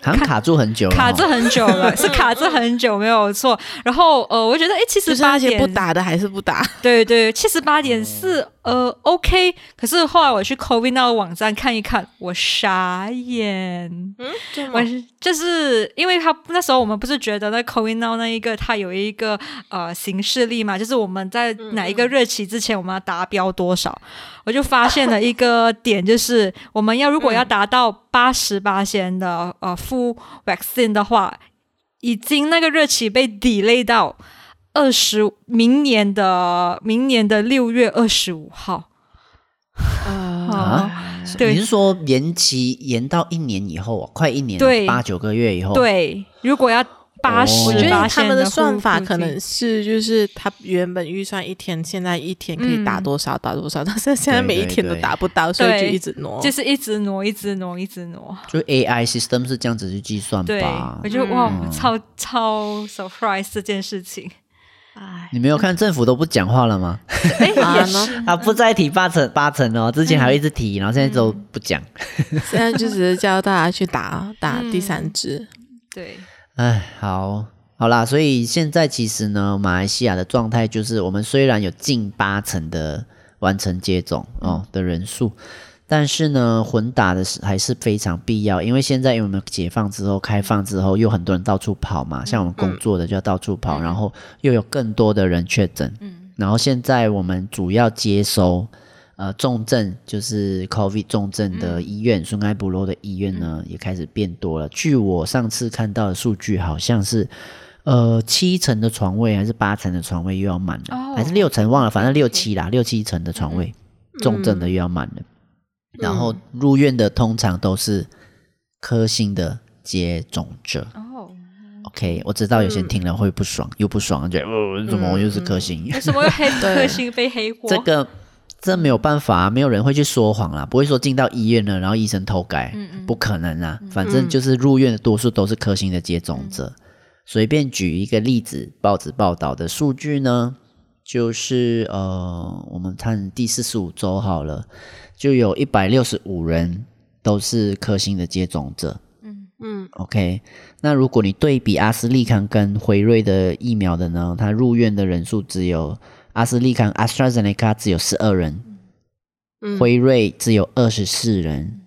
Speaker 2: 好像卡住很久了哦，
Speaker 1: 卡着很久了，是卡着很久，没有错。然后呃，我觉得诶，七
Speaker 3: 就
Speaker 1: 十
Speaker 3: 是那
Speaker 1: 八
Speaker 3: 些
Speaker 1: 点
Speaker 3: 不打的还是不打。
Speaker 1: 对对，七十八点四，呃，OK。可是后来我去 COVID 那个网站看一看，我傻眼。
Speaker 3: 嗯，
Speaker 1: 我是就是因为他那时候我们不是觉得那 COVID now 那一个它有一个呃形式力嘛，就是我们在哪一个日期之前我们要达标多少，我就发现了一个点，就是我们要如果要达到八十八先的呃 full vaccine 的话，已经那个日期被 delay 到二十明年的明年的六月二十五号。
Speaker 3: 呃
Speaker 2: 啊
Speaker 1: 对
Speaker 2: 你是说延期延到一年以后、哦，快一年，
Speaker 1: 对
Speaker 2: 八九个月以后，，
Speaker 1: 对，如果要八十
Speaker 3: 哦我觉
Speaker 1: 八
Speaker 3: 得他们
Speaker 1: 的
Speaker 3: 算法
Speaker 1: full
Speaker 3: 可
Speaker 1: vaccine
Speaker 3: 能是，就是他原本预算一天，现在一天可以
Speaker 1: 嗯
Speaker 3: 打多少打多少，但是现在每一天都打不到，所以就一直挪。
Speaker 1: 就是一直挪，一直挪，一直挪。
Speaker 2: 就 AI system 是这样子去计算
Speaker 1: 对
Speaker 2: 吧，
Speaker 1: 我？觉得哇，
Speaker 3: 嗯
Speaker 1: 超超 surprise 这件事情。
Speaker 3: 哎
Speaker 2: 你没有看政府都不讲话了吗？
Speaker 1: 哎，也
Speaker 3: 呢
Speaker 1: 是，
Speaker 2: 啊，不再提八成八成哦，之前还会一直提，然后现在都不讲。
Speaker 3: <laughs> 现在就只是叫大家去打打第三支。
Speaker 1: 对，
Speaker 2: 哎，好好啦，所以现在其实呢，马来西亚的状态就是，我们虽然有近八成的完成接种哦的人数，但是呢，混打的是还是非常必要，因为现在因为我们解放之后、开放之后，又很多人到处跑嘛，像我们工作的就要到处跑，然后又有更多的人确诊，
Speaker 1: 嗯
Speaker 2: 然后现在我们主要接收。呃，重症就是 COVID 重症的
Speaker 1: 嗯
Speaker 2: 医院，孙埃布罗的医院呢、也开始变多了。据我上次看到的数据，好像是呃七成的床位还是八成的床位又要满了，
Speaker 1: 哦
Speaker 2: 还是六成忘了，反正六七啦，六七成的床位，
Speaker 1: 嗯
Speaker 2: 重症的又要满了。然后入院的通常都是科兴的接种者。
Speaker 1: 哦，
Speaker 2: OK，我知道有些
Speaker 1: 嗯
Speaker 2: 人听了会不爽，又不爽，觉得哦怎么我又是科兴？ <laughs>
Speaker 1: 为什么又
Speaker 3: <laughs>
Speaker 1: 黑克星被黑锅？
Speaker 2: 这个这没有办法、啊，没有人会去说谎啦，不会说进到医院了，然后医生偷改，不可能啦。反正就是入院的多数都是科兴的接种者。随便举一个例子，报纸报道的数据呢，就是呃，我们看第四十五周好了，就有一百六十五人都是科兴的接种者。
Speaker 3: 嗯
Speaker 2: OK，那如果你对比阿斯利康跟辉瑞的疫苗的呢，它入院的人数只有阿斯利康 AstraZeneca 只有十二人，
Speaker 3: 嗯
Speaker 2: 辉瑞只有二十四人，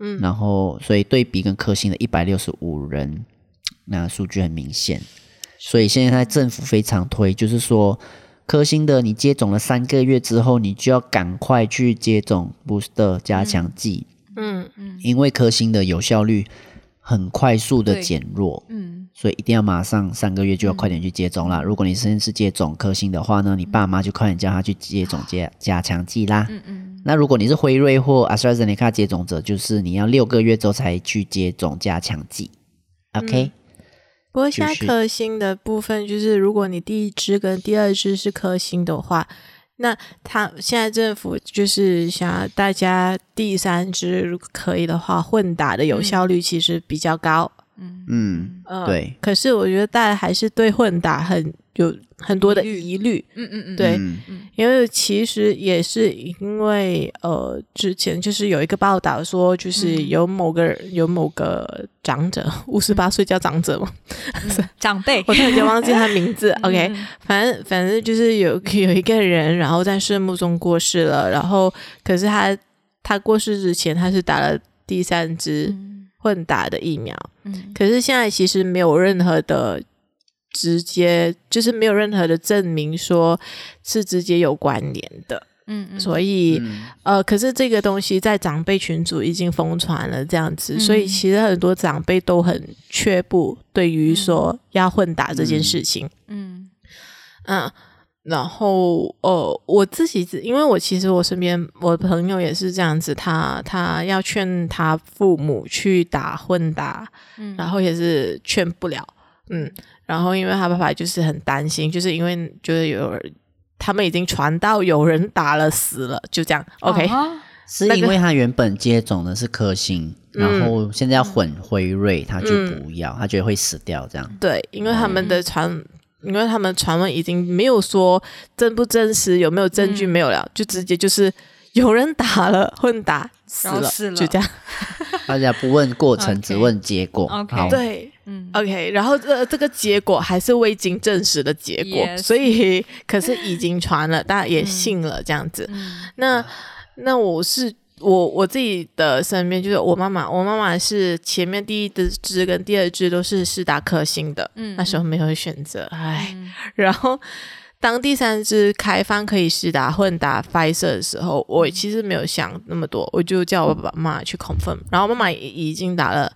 Speaker 3: 嗯
Speaker 2: 然后所以对比跟科兴的一百六十五人，那数据很明显。所以现在政府非常推，就是说科兴的你接种了三个月之后，你就要赶快去接种 booster 加强剂，
Speaker 3: 嗯
Speaker 2: 因为科兴的有效率很快速的
Speaker 1: 对
Speaker 2: 减弱。
Speaker 1: 嗯，
Speaker 2: 所以一定要马上三个月就要快点去接种啦。如果你先是接种科兴的话呢，你爸妈就快点叫他去接种加加强剂啦。嗯嗯。那如果你是辉瑞或 AstraZeneca 接种者，就是你要六个月之后才去接种加强剂。OK，、
Speaker 3: 不过现在
Speaker 2: 继续
Speaker 3: 颗星的部分就是，如果你第一支跟第二支是颗星的话，那他现在政府就是想要大家第三支如果可以的话，混打的有效率其实比较高。
Speaker 2: 嗯，
Speaker 3: 嗯，
Speaker 2: 对。
Speaker 3: 可是我觉得大家还是对混打很有很多的疑虑，
Speaker 1: 嗯嗯嗯，
Speaker 3: 对，
Speaker 2: 嗯
Speaker 3: 因为其实也是因为呃，之前就是有一个报道说，就是有某个人、有某个长者，五十八岁叫长者嘛，
Speaker 1: 长辈
Speaker 3: 我突然间忘
Speaker 1: <laughs>
Speaker 3: 记他名字。OK，反
Speaker 1: 嗯
Speaker 3: 正反正就是有 <laughs> 有一个人，然后在睡梦中过世了，然后可是他他过世之前他是打了第三支混打的疫苗，
Speaker 1: 嗯
Speaker 3: 可是现在其实没有任何的直接，就是没有任何的证明说是直接有关联的。
Speaker 1: 嗯嗯，
Speaker 3: 所以、呃，可是这个东西在长辈群组已经疯传了，这样子，所
Speaker 1: 嗯
Speaker 3: 以其实很多长辈都很却步对于说要混打这件事情。
Speaker 1: 嗯
Speaker 3: 嗯，然后呃，我自己自因为我其实我身边我朋友也是这样子，他他要劝他父母去打混打，
Speaker 1: 嗯
Speaker 3: 然后也是劝不了，嗯，然后因为他爸爸就是很担心，就是因为就是有人他们已经传到有人打了死了，就这样，OK，、
Speaker 1: 啊
Speaker 2: 是
Speaker 3: 那个
Speaker 2: 因为他原本接种的是颗星，然后现在要混辉瑞，他就不要，他觉得会死掉这样。
Speaker 3: 对，因为他们
Speaker 1: 哦
Speaker 3: 的传。因为他们传闻已经没有说真不真实，有没有证据没有了，就直接就是有人打了混打死
Speaker 1: 然后
Speaker 3: 了，
Speaker 1: 死了
Speaker 3: 就这样。
Speaker 2: 大家不问过程，
Speaker 1: OK
Speaker 2: 只问结果。
Speaker 1: OK
Speaker 2: 好，
Speaker 3: 对，
Speaker 1: 嗯
Speaker 3: OK，然后这这个结果还是未经证实的结果
Speaker 1: Yes
Speaker 3: 所以可是已经传了，大家也
Speaker 1: 嗯
Speaker 3: 信了这样子。那那我是我我自己的身边就是我妈妈，我妈妈是前面第一支跟第二支都是是打克星的，
Speaker 1: 嗯
Speaker 3: 那时候没有选择，唉， <laughs> 然后。当第三支开放可以试打混打 Pfizer 的时候，
Speaker 1: 嗯
Speaker 3: 我其实没有想那么多，我就叫我爸爸妈妈去 confirm，然后妈妈已已经打了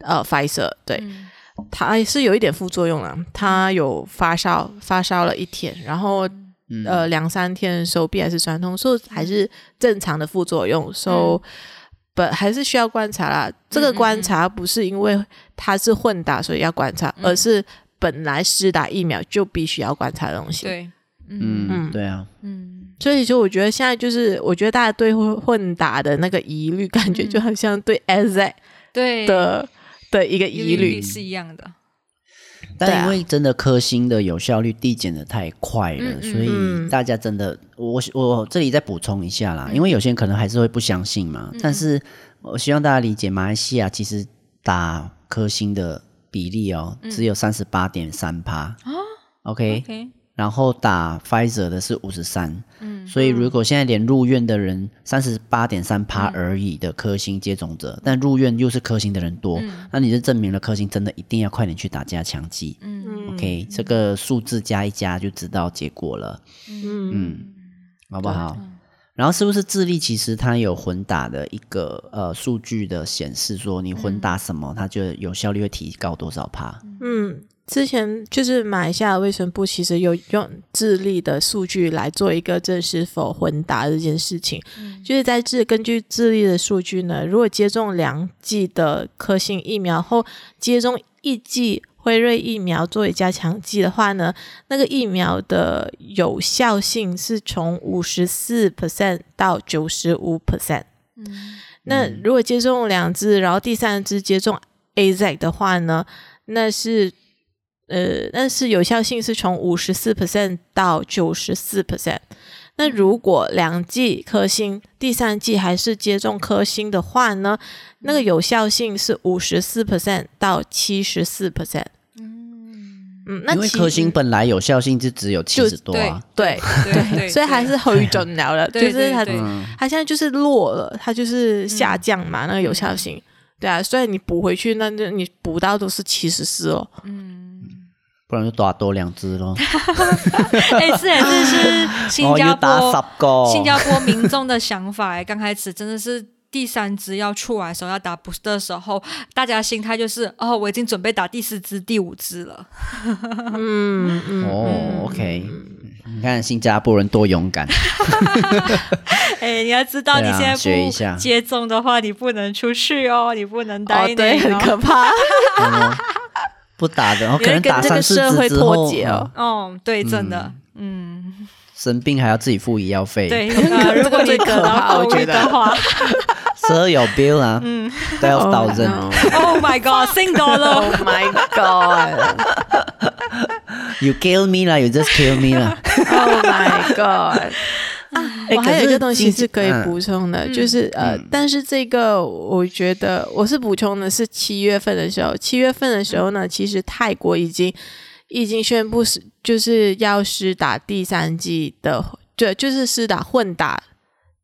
Speaker 3: 呃 Pfizer，对，
Speaker 1: 嗯
Speaker 3: 他是有一点副作用啦，他有发烧，发烧了一天，然后、
Speaker 2: 嗯
Speaker 3: 呃两三天手臂还是酸痛，所以还是正常的副作用，so 本、还是需要观察啦。这个观察不是因为他是混打所以要观察，而是本来施打疫苗就必须要观察的东西。
Speaker 1: 对，
Speaker 2: 嗯，
Speaker 3: 嗯
Speaker 2: 对啊，
Speaker 1: 嗯
Speaker 3: 所以说，我觉得现在就是，我觉得大家对混混打的那个疑虑，感觉就好像对 AZ
Speaker 1: 对
Speaker 3: 的、的一个疑虑。
Speaker 1: 是一样的，
Speaker 3: 对啊
Speaker 2: 但因为真的颗星的有效率递减的太快了，
Speaker 1: 嗯
Speaker 2: 所以大家真的，我我这里再补充一下啦，因为有些人可能还是会不相信嘛，但是我希望大家理解，马来西亚其实打颗星的比例哦，只有三十八点三趴 OK，
Speaker 1: OK，
Speaker 2: 然后打 Pfizer 的是五十三，嗯，所以如果现在连入院的人三十八点三趴而已的科兴接种者，但入院又是科兴的人多，
Speaker 1: 嗯
Speaker 3: 嗯
Speaker 2: 那你就证明了科兴真的一定要快点去打加强剂，嗯，OK，这个数字加一加就知道结果了，嗯，好不好？然后是不是智利其实它有混打的一个呃数据的显示，说你混打什么，它就有效率会提高多少趴？
Speaker 3: 嗯，之前就是马来西亚卫生部其实有用智利的数据来做一个这是否混打这件事情，就是在智根据智利的数据呢，如果接种两剂的科兴疫苗后，接种一剂。辉瑞疫苗作为加强剂的话呢，那个疫苗的有效性是从五十四 percent 到九十五 percent。那
Speaker 2: 嗯
Speaker 3: 如果接种两支，然后第三支接种 A Z 的话呢，那是呃，但是有效性是从五十四 percent 到九十四 percent。那如果两剂科兴，第三剂还是接种科兴的话呢，那个有效性是五十四 percent 到七十四 percent。嗯，那
Speaker 2: 因为
Speaker 3: 其
Speaker 2: 科兴本来有效性就只有七
Speaker 3: 就
Speaker 2: 十多啊，
Speaker 3: 对，
Speaker 1: 对对，
Speaker 3: <laughs> 所以还是回准了了，就
Speaker 1: 对
Speaker 3: 是它
Speaker 1: 对对
Speaker 2: 嗯
Speaker 3: 它现在就是落了，它就是下降嘛，那个有效性。对
Speaker 1: 嗯
Speaker 3: 啊，所以你补回去，那就你补到都是七十四哦。
Speaker 1: 嗯
Speaker 2: 不然就打多两只咯。
Speaker 1: <laughs> 哎，这也是是新加
Speaker 2: 哦又打
Speaker 1: 坡
Speaker 2: 十个
Speaker 1: 新加坡民众的想法哎，刚开始真的是。第三支要出来的时候，要打 booster 的时候，大家心态就是哦，我已经准备打第四支、第五支了。
Speaker 3: 嗯嗯，
Speaker 2: 哦，OK，你看新加坡人多勇敢，
Speaker 1: 哎，你要知道，你
Speaker 2: 对啊
Speaker 1: 现在
Speaker 2: 学一下
Speaker 1: 不接种的话，你不能出去哦，你不能待
Speaker 3: 哦对，
Speaker 1: 内
Speaker 3: 很
Speaker 1: 哦
Speaker 3: 可怕。
Speaker 2: 不打的，然后
Speaker 3: <laughs>
Speaker 2: 可
Speaker 3: 你会
Speaker 2: 能
Speaker 3: 跟
Speaker 2: 打
Speaker 3: 这
Speaker 2: 三
Speaker 3: 个
Speaker 2: 四
Speaker 3: 社会
Speaker 2: 支之后
Speaker 3: 脱，节哦
Speaker 1: <laughs>
Speaker 2: 嗯
Speaker 1: 哦，对，真的，
Speaker 2: 生病还要自己付医药
Speaker 1: 对，
Speaker 2: 费，
Speaker 1: 呃如果你
Speaker 3: 这个
Speaker 1: 得
Speaker 3: 可怕
Speaker 1: 到
Speaker 3: 我
Speaker 1: 公
Speaker 3: 觉
Speaker 1: 寓
Speaker 3: 得
Speaker 1: 的话
Speaker 2: 车有 bill
Speaker 3: <laughs>
Speaker 2: 啊，twelve
Speaker 3: Oh,
Speaker 2: thousand
Speaker 1: ，Oh my God，sing dollar。
Speaker 2: <laughs>
Speaker 3: Oh my god!
Speaker 2: You kill me 啦，You just kill me 啦。
Speaker 3: <laughs> Oh my <laughs> god! 哎，
Speaker 2: 可
Speaker 3: 我还有一
Speaker 2: 是
Speaker 3: 个东西
Speaker 2: 经
Speaker 3: 是可以
Speaker 2: 嗯
Speaker 3: 补充的，就是呃，但是这个我觉得我是补充的是七月份的时候，七月份的时候呢，其实泰国已经已经宣布是就是要施打第三剂的，对，就是施打混打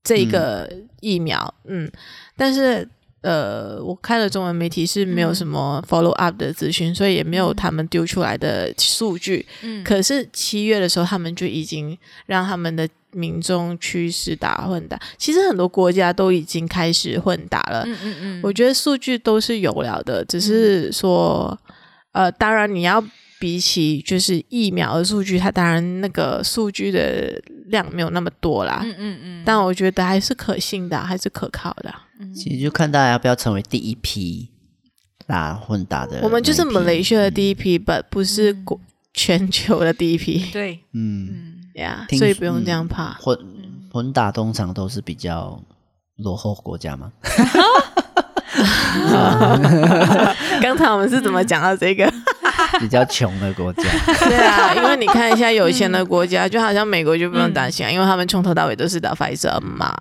Speaker 3: 这个疫苗，嗯，但是。呃，我看了中文媒体是没有什么 follow up 的资讯，所以也没有他们丢出来的数据。
Speaker 1: 嗯
Speaker 3: 可是七月的时候，他们就已经让他们的民众去试打混打。其实很多国家都已经开始混打了，
Speaker 1: 嗯嗯嗯，
Speaker 3: 我觉得数据都是有了的，只是嗯说，呃，当然你要比起就是疫苗的数据，它当然那个数据的量没有那么多啦。
Speaker 1: 嗯嗯嗯，
Speaker 3: 但我觉得还是可信的，还是可靠的。
Speaker 2: <laughs> 其实就看大家要不要成为第一批打混打的那一批。
Speaker 3: 我们就是马来西亚的第一批，but 不是国全球的第一批
Speaker 1: 对，
Speaker 2: 嗯，
Speaker 3: 呀
Speaker 2: 听
Speaker 3: 所以
Speaker 2: 说
Speaker 3: 不用这样
Speaker 2: 嗯
Speaker 3: 怕。 <laughs>
Speaker 2: 混混打通常都是比较落后国家嘛。
Speaker 3: 刚才我们是怎么讲到这个？
Speaker 2: 比较穷的
Speaker 3: <laughs>
Speaker 2: 国家，
Speaker 3: 对啊，因为你看一下有钱的
Speaker 1: <laughs>
Speaker 3: 国家，就好像美国就不用担
Speaker 1: 嗯
Speaker 3: 心啊，因为他们从头到尾都是打 Pfizer 嘛。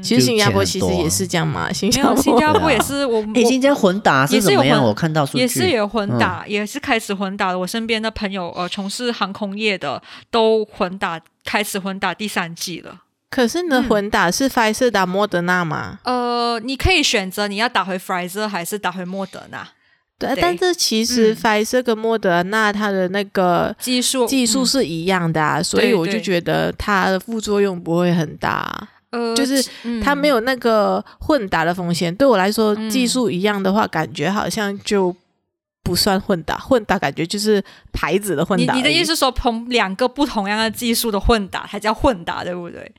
Speaker 3: 其实新加坡其实也是这样嘛，新
Speaker 1: 没
Speaker 3: 加
Speaker 1: 有
Speaker 3: 坡
Speaker 1: 嗯新加坡也是我
Speaker 2: 哎，
Speaker 1: 我
Speaker 2: 新加坡混打
Speaker 1: 也
Speaker 2: 是
Speaker 1: 是
Speaker 2: 怎
Speaker 1: 有
Speaker 2: 么样？
Speaker 1: 混
Speaker 2: 我看到数据
Speaker 1: 也是有混
Speaker 3: 嗯
Speaker 1: 打，也是开始混打的。我身边的朋友，呃，从事航空业的都混打，开始混打第三季了。
Speaker 3: 可是你的混打
Speaker 1: 嗯
Speaker 3: 是 Pfizer 打莫德纳嘛？
Speaker 1: 呃，你可以选择你要打回 Pfizer 还是打回莫德纳
Speaker 3: 对，
Speaker 1: 对
Speaker 3: 但这其实
Speaker 1: 嗯
Speaker 3: Pfizer 跟莫德纳它的那个
Speaker 1: 技术
Speaker 3: 技术
Speaker 1: 嗯
Speaker 3: 是一样的啊，所以
Speaker 1: 对
Speaker 3: 我就
Speaker 1: 对
Speaker 3: 觉得它的副作用不会很大啊。
Speaker 1: 呃，
Speaker 3: 就是
Speaker 1: 嗯
Speaker 3: 它没有那个混打的风险。对我来说，
Speaker 1: 嗯
Speaker 3: 技术一样的话，感觉好像就不算混打，混打感觉就是牌子的混
Speaker 1: 你
Speaker 3: 打而已。
Speaker 1: 你的意思是说，从两个不同样的技术的混打才叫混打，对不对？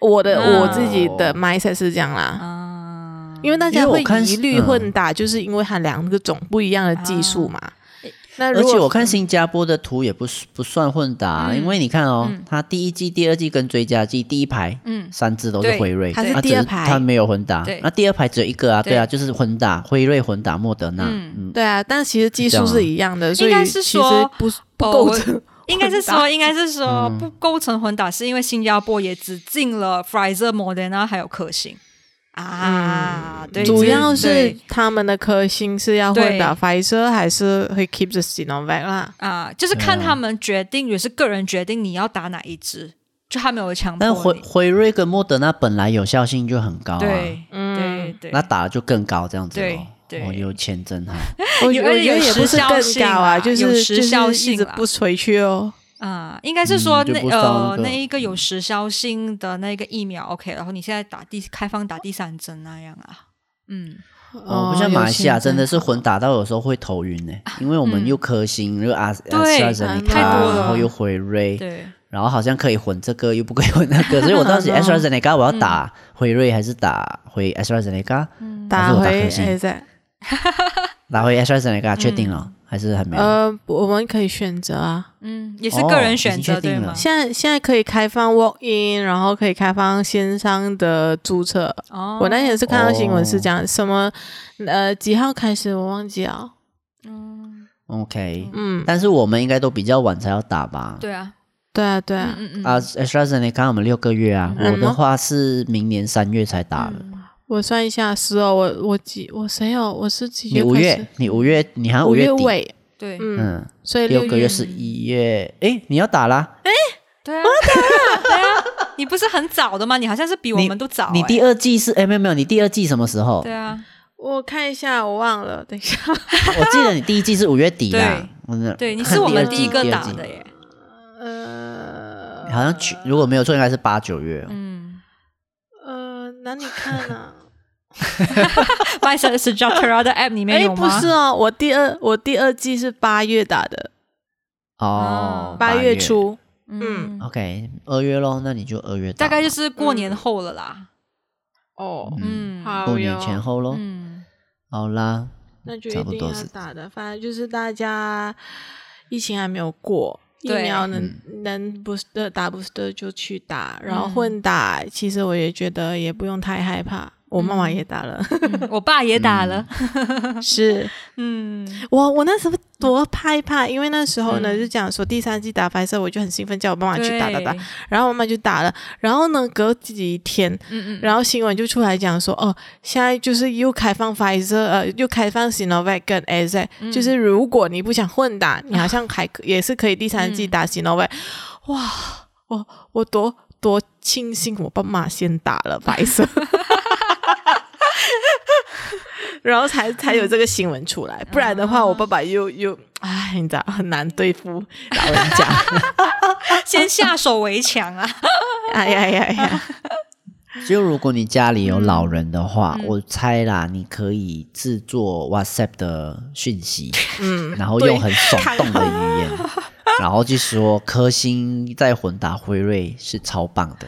Speaker 3: 我的、
Speaker 1: 嗯
Speaker 3: 我自己的 mindset 是这样啦，
Speaker 1: 啊，
Speaker 3: 因为大家
Speaker 2: 因为我
Speaker 3: 会
Speaker 2: 看
Speaker 3: 疑虑
Speaker 2: 嗯
Speaker 3: 混打，就是因为它两个种不一样的技术嘛。
Speaker 1: 啊
Speaker 3: 那如
Speaker 2: 而
Speaker 3: 果
Speaker 2: 且我
Speaker 1: 嗯
Speaker 2: 看新加坡的图也不是不算混打啊、因为你看哦，它第一季、第二季跟追加季第一排，
Speaker 1: 嗯
Speaker 2: 三只都是
Speaker 1: 对
Speaker 2: 辉瑞，
Speaker 3: 它是
Speaker 2: 啊
Speaker 3: 第二
Speaker 2: 只
Speaker 3: 排
Speaker 2: 它没有混打
Speaker 1: 对，
Speaker 2: 那第二排只有一个啊，
Speaker 1: 对
Speaker 2: 对啊，就是混打，辉瑞混打莫德纳，
Speaker 1: 嗯
Speaker 2: 嗯，
Speaker 3: 对啊，但其实技术是一样的，所以
Speaker 1: 应该是
Speaker 3: 其实
Speaker 1: 说
Speaker 3: 不不
Speaker 1: 哦
Speaker 3: 够
Speaker 1: 我
Speaker 3: <laughs> 的。
Speaker 1: 应该是
Speaker 3: 混
Speaker 1: 说，应该是说
Speaker 3: 嗯
Speaker 1: 不构成混打，是因为新加坡也只进了 Pfizer、Moderna 还有科兴啊，对，
Speaker 3: 嗯主
Speaker 1: 这
Speaker 3: 要是
Speaker 1: 对
Speaker 3: 他们的科兴是要混打
Speaker 1: 对
Speaker 3: Pfizer 还是会 keep the Sinovac 啦？
Speaker 1: 啊，就是
Speaker 2: 嗯
Speaker 1: 看他们决定，也是个人决定你要打哪一支，就他没有强
Speaker 2: 但
Speaker 1: 迫
Speaker 2: 辉
Speaker 1: 你。
Speaker 2: 辉瑞跟莫德纳本来有效性就很高啊，
Speaker 1: 对，
Speaker 3: 嗯
Speaker 1: 对对，
Speaker 2: 那打了就更高这样子
Speaker 1: 对
Speaker 2: 咯。
Speaker 1: 对
Speaker 2: 我有钱
Speaker 1: <laughs>
Speaker 2: 真好，
Speaker 3: 我
Speaker 1: 有
Speaker 3: 觉我
Speaker 1: 而且
Speaker 3: 觉得
Speaker 1: 有
Speaker 3: 也不
Speaker 1: 时
Speaker 3: 是
Speaker 1: 效
Speaker 3: 更
Speaker 1: 性
Speaker 3: 高
Speaker 1: 啦
Speaker 3: 啊，就是
Speaker 1: 有时
Speaker 3: 就是
Speaker 1: 效
Speaker 3: 一
Speaker 1: 性
Speaker 3: 直
Speaker 1: 啦
Speaker 3: 不垂去哦。
Speaker 1: 啊，应该是说
Speaker 2: 嗯就
Speaker 1: 那
Speaker 2: 不
Speaker 1: 呃
Speaker 2: 上那个
Speaker 1: 那一个有时效性的那个疫苗 OK，然后你现在打第开放打第三针那样啊，嗯，
Speaker 2: 哦，不像马来西亚真的是
Speaker 3: 有些
Speaker 2: 混打到有时候会头晕呢，因为我们又科兴又阿阿
Speaker 1: 嗯对
Speaker 2: 斯拉森
Speaker 1: 太多了
Speaker 2: 然后又辉瑞，
Speaker 1: 对，
Speaker 2: 然后好像可以混这个，又不可以混那
Speaker 1: <laughs>
Speaker 2: 个，所以我当
Speaker 1: 哦
Speaker 2: 时 AstraZeneca 我要
Speaker 1: 嗯
Speaker 2: 打辉瑞还是打回 AstraZeneca，、还
Speaker 3: 打
Speaker 2: 是
Speaker 3: 回
Speaker 2: 有打科兴
Speaker 3: 哎在
Speaker 2: 打回 AstraZeneca
Speaker 1: 嗯
Speaker 2: 确定了、还是还没有？
Speaker 3: 呃，我们可以选择啊。
Speaker 1: 嗯，也是个
Speaker 2: 哦
Speaker 1: 人
Speaker 2: 已
Speaker 1: 选
Speaker 2: 经
Speaker 1: 择
Speaker 2: 确定
Speaker 1: 对
Speaker 2: 了
Speaker 1: 吗？
Speaker 3: 现在现在可以开放 walk in，然后可以开放线上的注册。
Speaker 1: 哦，
Speaker 3: 我那天也是看到新闻是
Speaker 2: 哦
Speaker 3: 讲什么呃几号开始我忘记了。
Speaker 1: 嗯
Speaker 2: OK，、
Speaker 3: 嗯，
Speaker 2: 但是我们应该都比较晚才要打吧？
Speaker 1: 对啊，
Speaker 3: 对啊对
Speaker 1: 嗯
Speaker 3: 啊，
Speaker 1: 嗯嗯，
Speaker 2: 啊，AstraZeneca 我们六个月啊，
Speaker 3: 嗯
Speaker 2: 我的话是明年三月才打的。
Speaker 1: 嗯
Speaker 3: 我算一下是哦，我我几我谁哦，我是几
Speaker 2: 你
Speaker 3: 月
Speaker 2: 五
Speaker 3: 开
Speaker 2: 月
Speaker 3: 始？，
Speaker 2: 你五月，你好像
Speaker 3: 五
Speaker 2: 月底，
Speaker 3: 尾，
Speaker 1: 对，
Speaker 3: 嗯，
Speaker 2: 嗯，
Speaker 3: 所以
Speaker 2: 六
Speaker 3: 月
Speaker 2: 个月是一月，诶，你要打啦？
Speaker 1: 对啊， <laughs> 对啊，你不是很早的吗？你好像是比我
Speaker 2: 你
Speaker 1: 们都早欸，
Speaker 2: 你第二季是诶，没有没有，你第二季什么时候
Speaker 1: 对？ <laughs> 啊，
Speaker 3: 我看一下，我忘了，等一下。
Speaker 2: 我记得你第一季是五月底啦
Speaker 1: 对。
Speaker 2: 我那 <laughs>
Speaker 1: 对，你
Speaker 2: 看
Speaker 1: 是我
Speaker 2: 二
Speaker 1: 们
Speaker 2: 季
Speaker 1: 第一个
Speaker 2: 二
Speaker 1: 打
Speaker 2: 季
Speaker 1: 的耶，
Speaker 3: 呃
Speaker 2: 好像去，如果没有错，应该是八九月。
Speaker 1: 嗯
Speaker 3: 呃，哪里看
Speaker 2: <laughs>
Speaker 3: 啊？
Speaker 1: m y s e s j a t e r a 的 app 里面
Speaker 3: 哎，
Speaker 1: 有
Speaker 3: 不
Speaker 1: 吗？
Speaker 3: 是哦，我第二我第二季是八月打的，
Speaker 2: 哦
Speaker 1: 哦，
Speaker 3: 八月。初。嗯
Speaker 1: 嗯，
Speaker 2: OK，二月咯，那你就二月打
Speaker 1: 大
Speaker 2: 嘛。
Speaker 1: 概就是过年后了啦，
Speaker 3: 哦，
Speaker 1: 嗯，
Speaker 3: 好
Speaker 2: 过年前
Speaker 3: 哟。
Speaker 2: 后咯。
Speaker 1: 嗯， <laughs>
Speaker 2: 好啦，
Speaker 3: 那就
Speaker 2: 差
Speaker 3: 一
Speaker 2: 不
Speaker 3: 定
Speaker 2: 多
Speaker 3: 要
Speaker 2: 是
Speaker 3: 打的。反正就是大家疫情还没有过，疫
Speaker 1: 对
Speaker 3: 苗能、
Speaker 2: 嗯
Speaker 3: 能 booster 打 booster 就去打，然后
Speaker 1: 嗯
Speaker 3: 混打，其实我也觉得也不用太害怕。我妈妈也打
Speaker 1: <laughs>
Speaker 3: 了，
Speaker 1: 嗯我爸也打了，
Speaker 3: 是
Speaker 1: 嗯，
Speaker 3: 我我那时候多害怕，因为那时候呢、就讲说第三季打白色，我就很兴奋，叫我妈妈啊去打打打
Speaker 1: 对，
Speaker 3: 然后我妈妈就打了，然后呢隔几天，
Speaker 1: 嗯嗯，
Speaker 3: 然后新闻就出来讲说，哦，现在就是又开放 Pfizer，呃，又开放 Sinovac 跟 a z
Speaker 1: 嗯
Speaker 3: 就是如果你不想混打，你好像还
Speaker 1: <laughs>
Speaker 3: 可也是可以第三季
Speaker 1: 嗯
Speaker 3: 打 Sinovac。哇，我我多多庆幸我爸妈先打了白色。 <laughs> 然后才才有这个新闻出
Speaker 1: 嗯
Speaker 3: 来，不然的
Speaker 1: 哦
Speaker 3: 话，我爸爸又又，唉，你知道很难对付老人家，
Speaker 1: 先下手为强啊，
Speaker 3: 哎呀呀呀，
Speaker 2: 就如果你家里有老人的话，
Speaker 1: 嗯
Speaker 2: 我猜啦，你可以制作 WhatsApp 的
Speaker 1: <laughs>
Speaker 2: 讯息，嗯，然后用很耸动的语言，然后就说科兴在混打辉瑞是超棒的，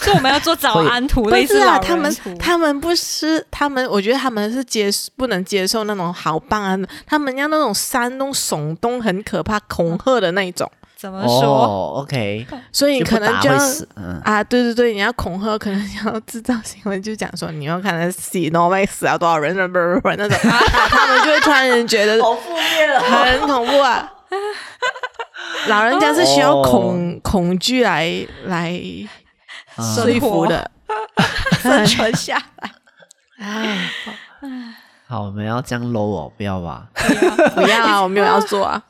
Speaker 1: 所以我们要做早安图，
Speaker 3: 不
Speaker 1: 类
Speaker 3: 是
Speaker 1: 似
Speaker 3: 啊，
Speaker 1: 老人
Speaker 3: 他们
Speaker 1: 图
Speaker 3: 他们不是他们，我觉得他们是接不能接受那种好棒啊，他们要那种煽动、耸动、很可怕、恐吓的那一种，
Speaker 1: 怎么说？
Speaker 2: 哦，OK，
Speaker 1: <laughs>
Speaker 3: 所以
Speaker 2: 就
Speaker 3: 你可
Speaker 2: 不
Speaker 3: 能
Speaker 2: 打
Speaker 3: 就
Speaker 2: 会
Speaker 3: 要
Speaker 2: 死，嗯，
Speaker 3: 啊，对对对，你要恐吓，可能要制造新闻，就讲说你要看他死 n o v 死啊了多少人，不不不 <laughs> 那种，他们就会突然间觉得好负面了，很恐怖啊。老人家是需要恐、恐惧来来
Speaker 2: 哦啊
Speaker 3: 说服的，
Speaker 1: 生存下来，
Speaker 3: 哎，
Speaker 2: 好，我们要这样 low 哦，不要吧。
Speaker 3: 不要啊，我没有要做啊。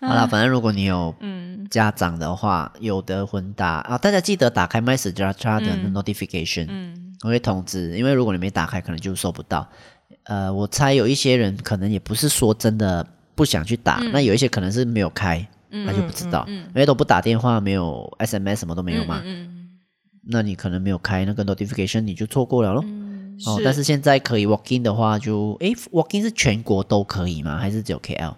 Speaker 2: 好啦，反正如果你有
Speaker 1: 嗯，
Speaker 2: 家长的话，有的混打啊，大家记得打开 MySejahtera 的
Speaker 1: 嗯
Speaker 2: notification，、
Speaker 1: 嗯
Speaker 2: 我会通知，因为如果你没打开，可能就收不到。呃，我猜有一些人可能也不是说真的不想去打，
Speaker 1: 嗯
Speaker 2: 那有一些可能是没有开，那就不知道，因为都不打电话，没有 SMS，什么都没有嘛，
Speaker 1: 嗯
Speaker 2: 那你可能没有开那个 notification，你就错过了咯。
Speaker 1: 嗯，
Speaker 2: 哦，但是现在可以 walk in 的话就，诶 w a l k in 是全国都可以吗？还是只有 KL？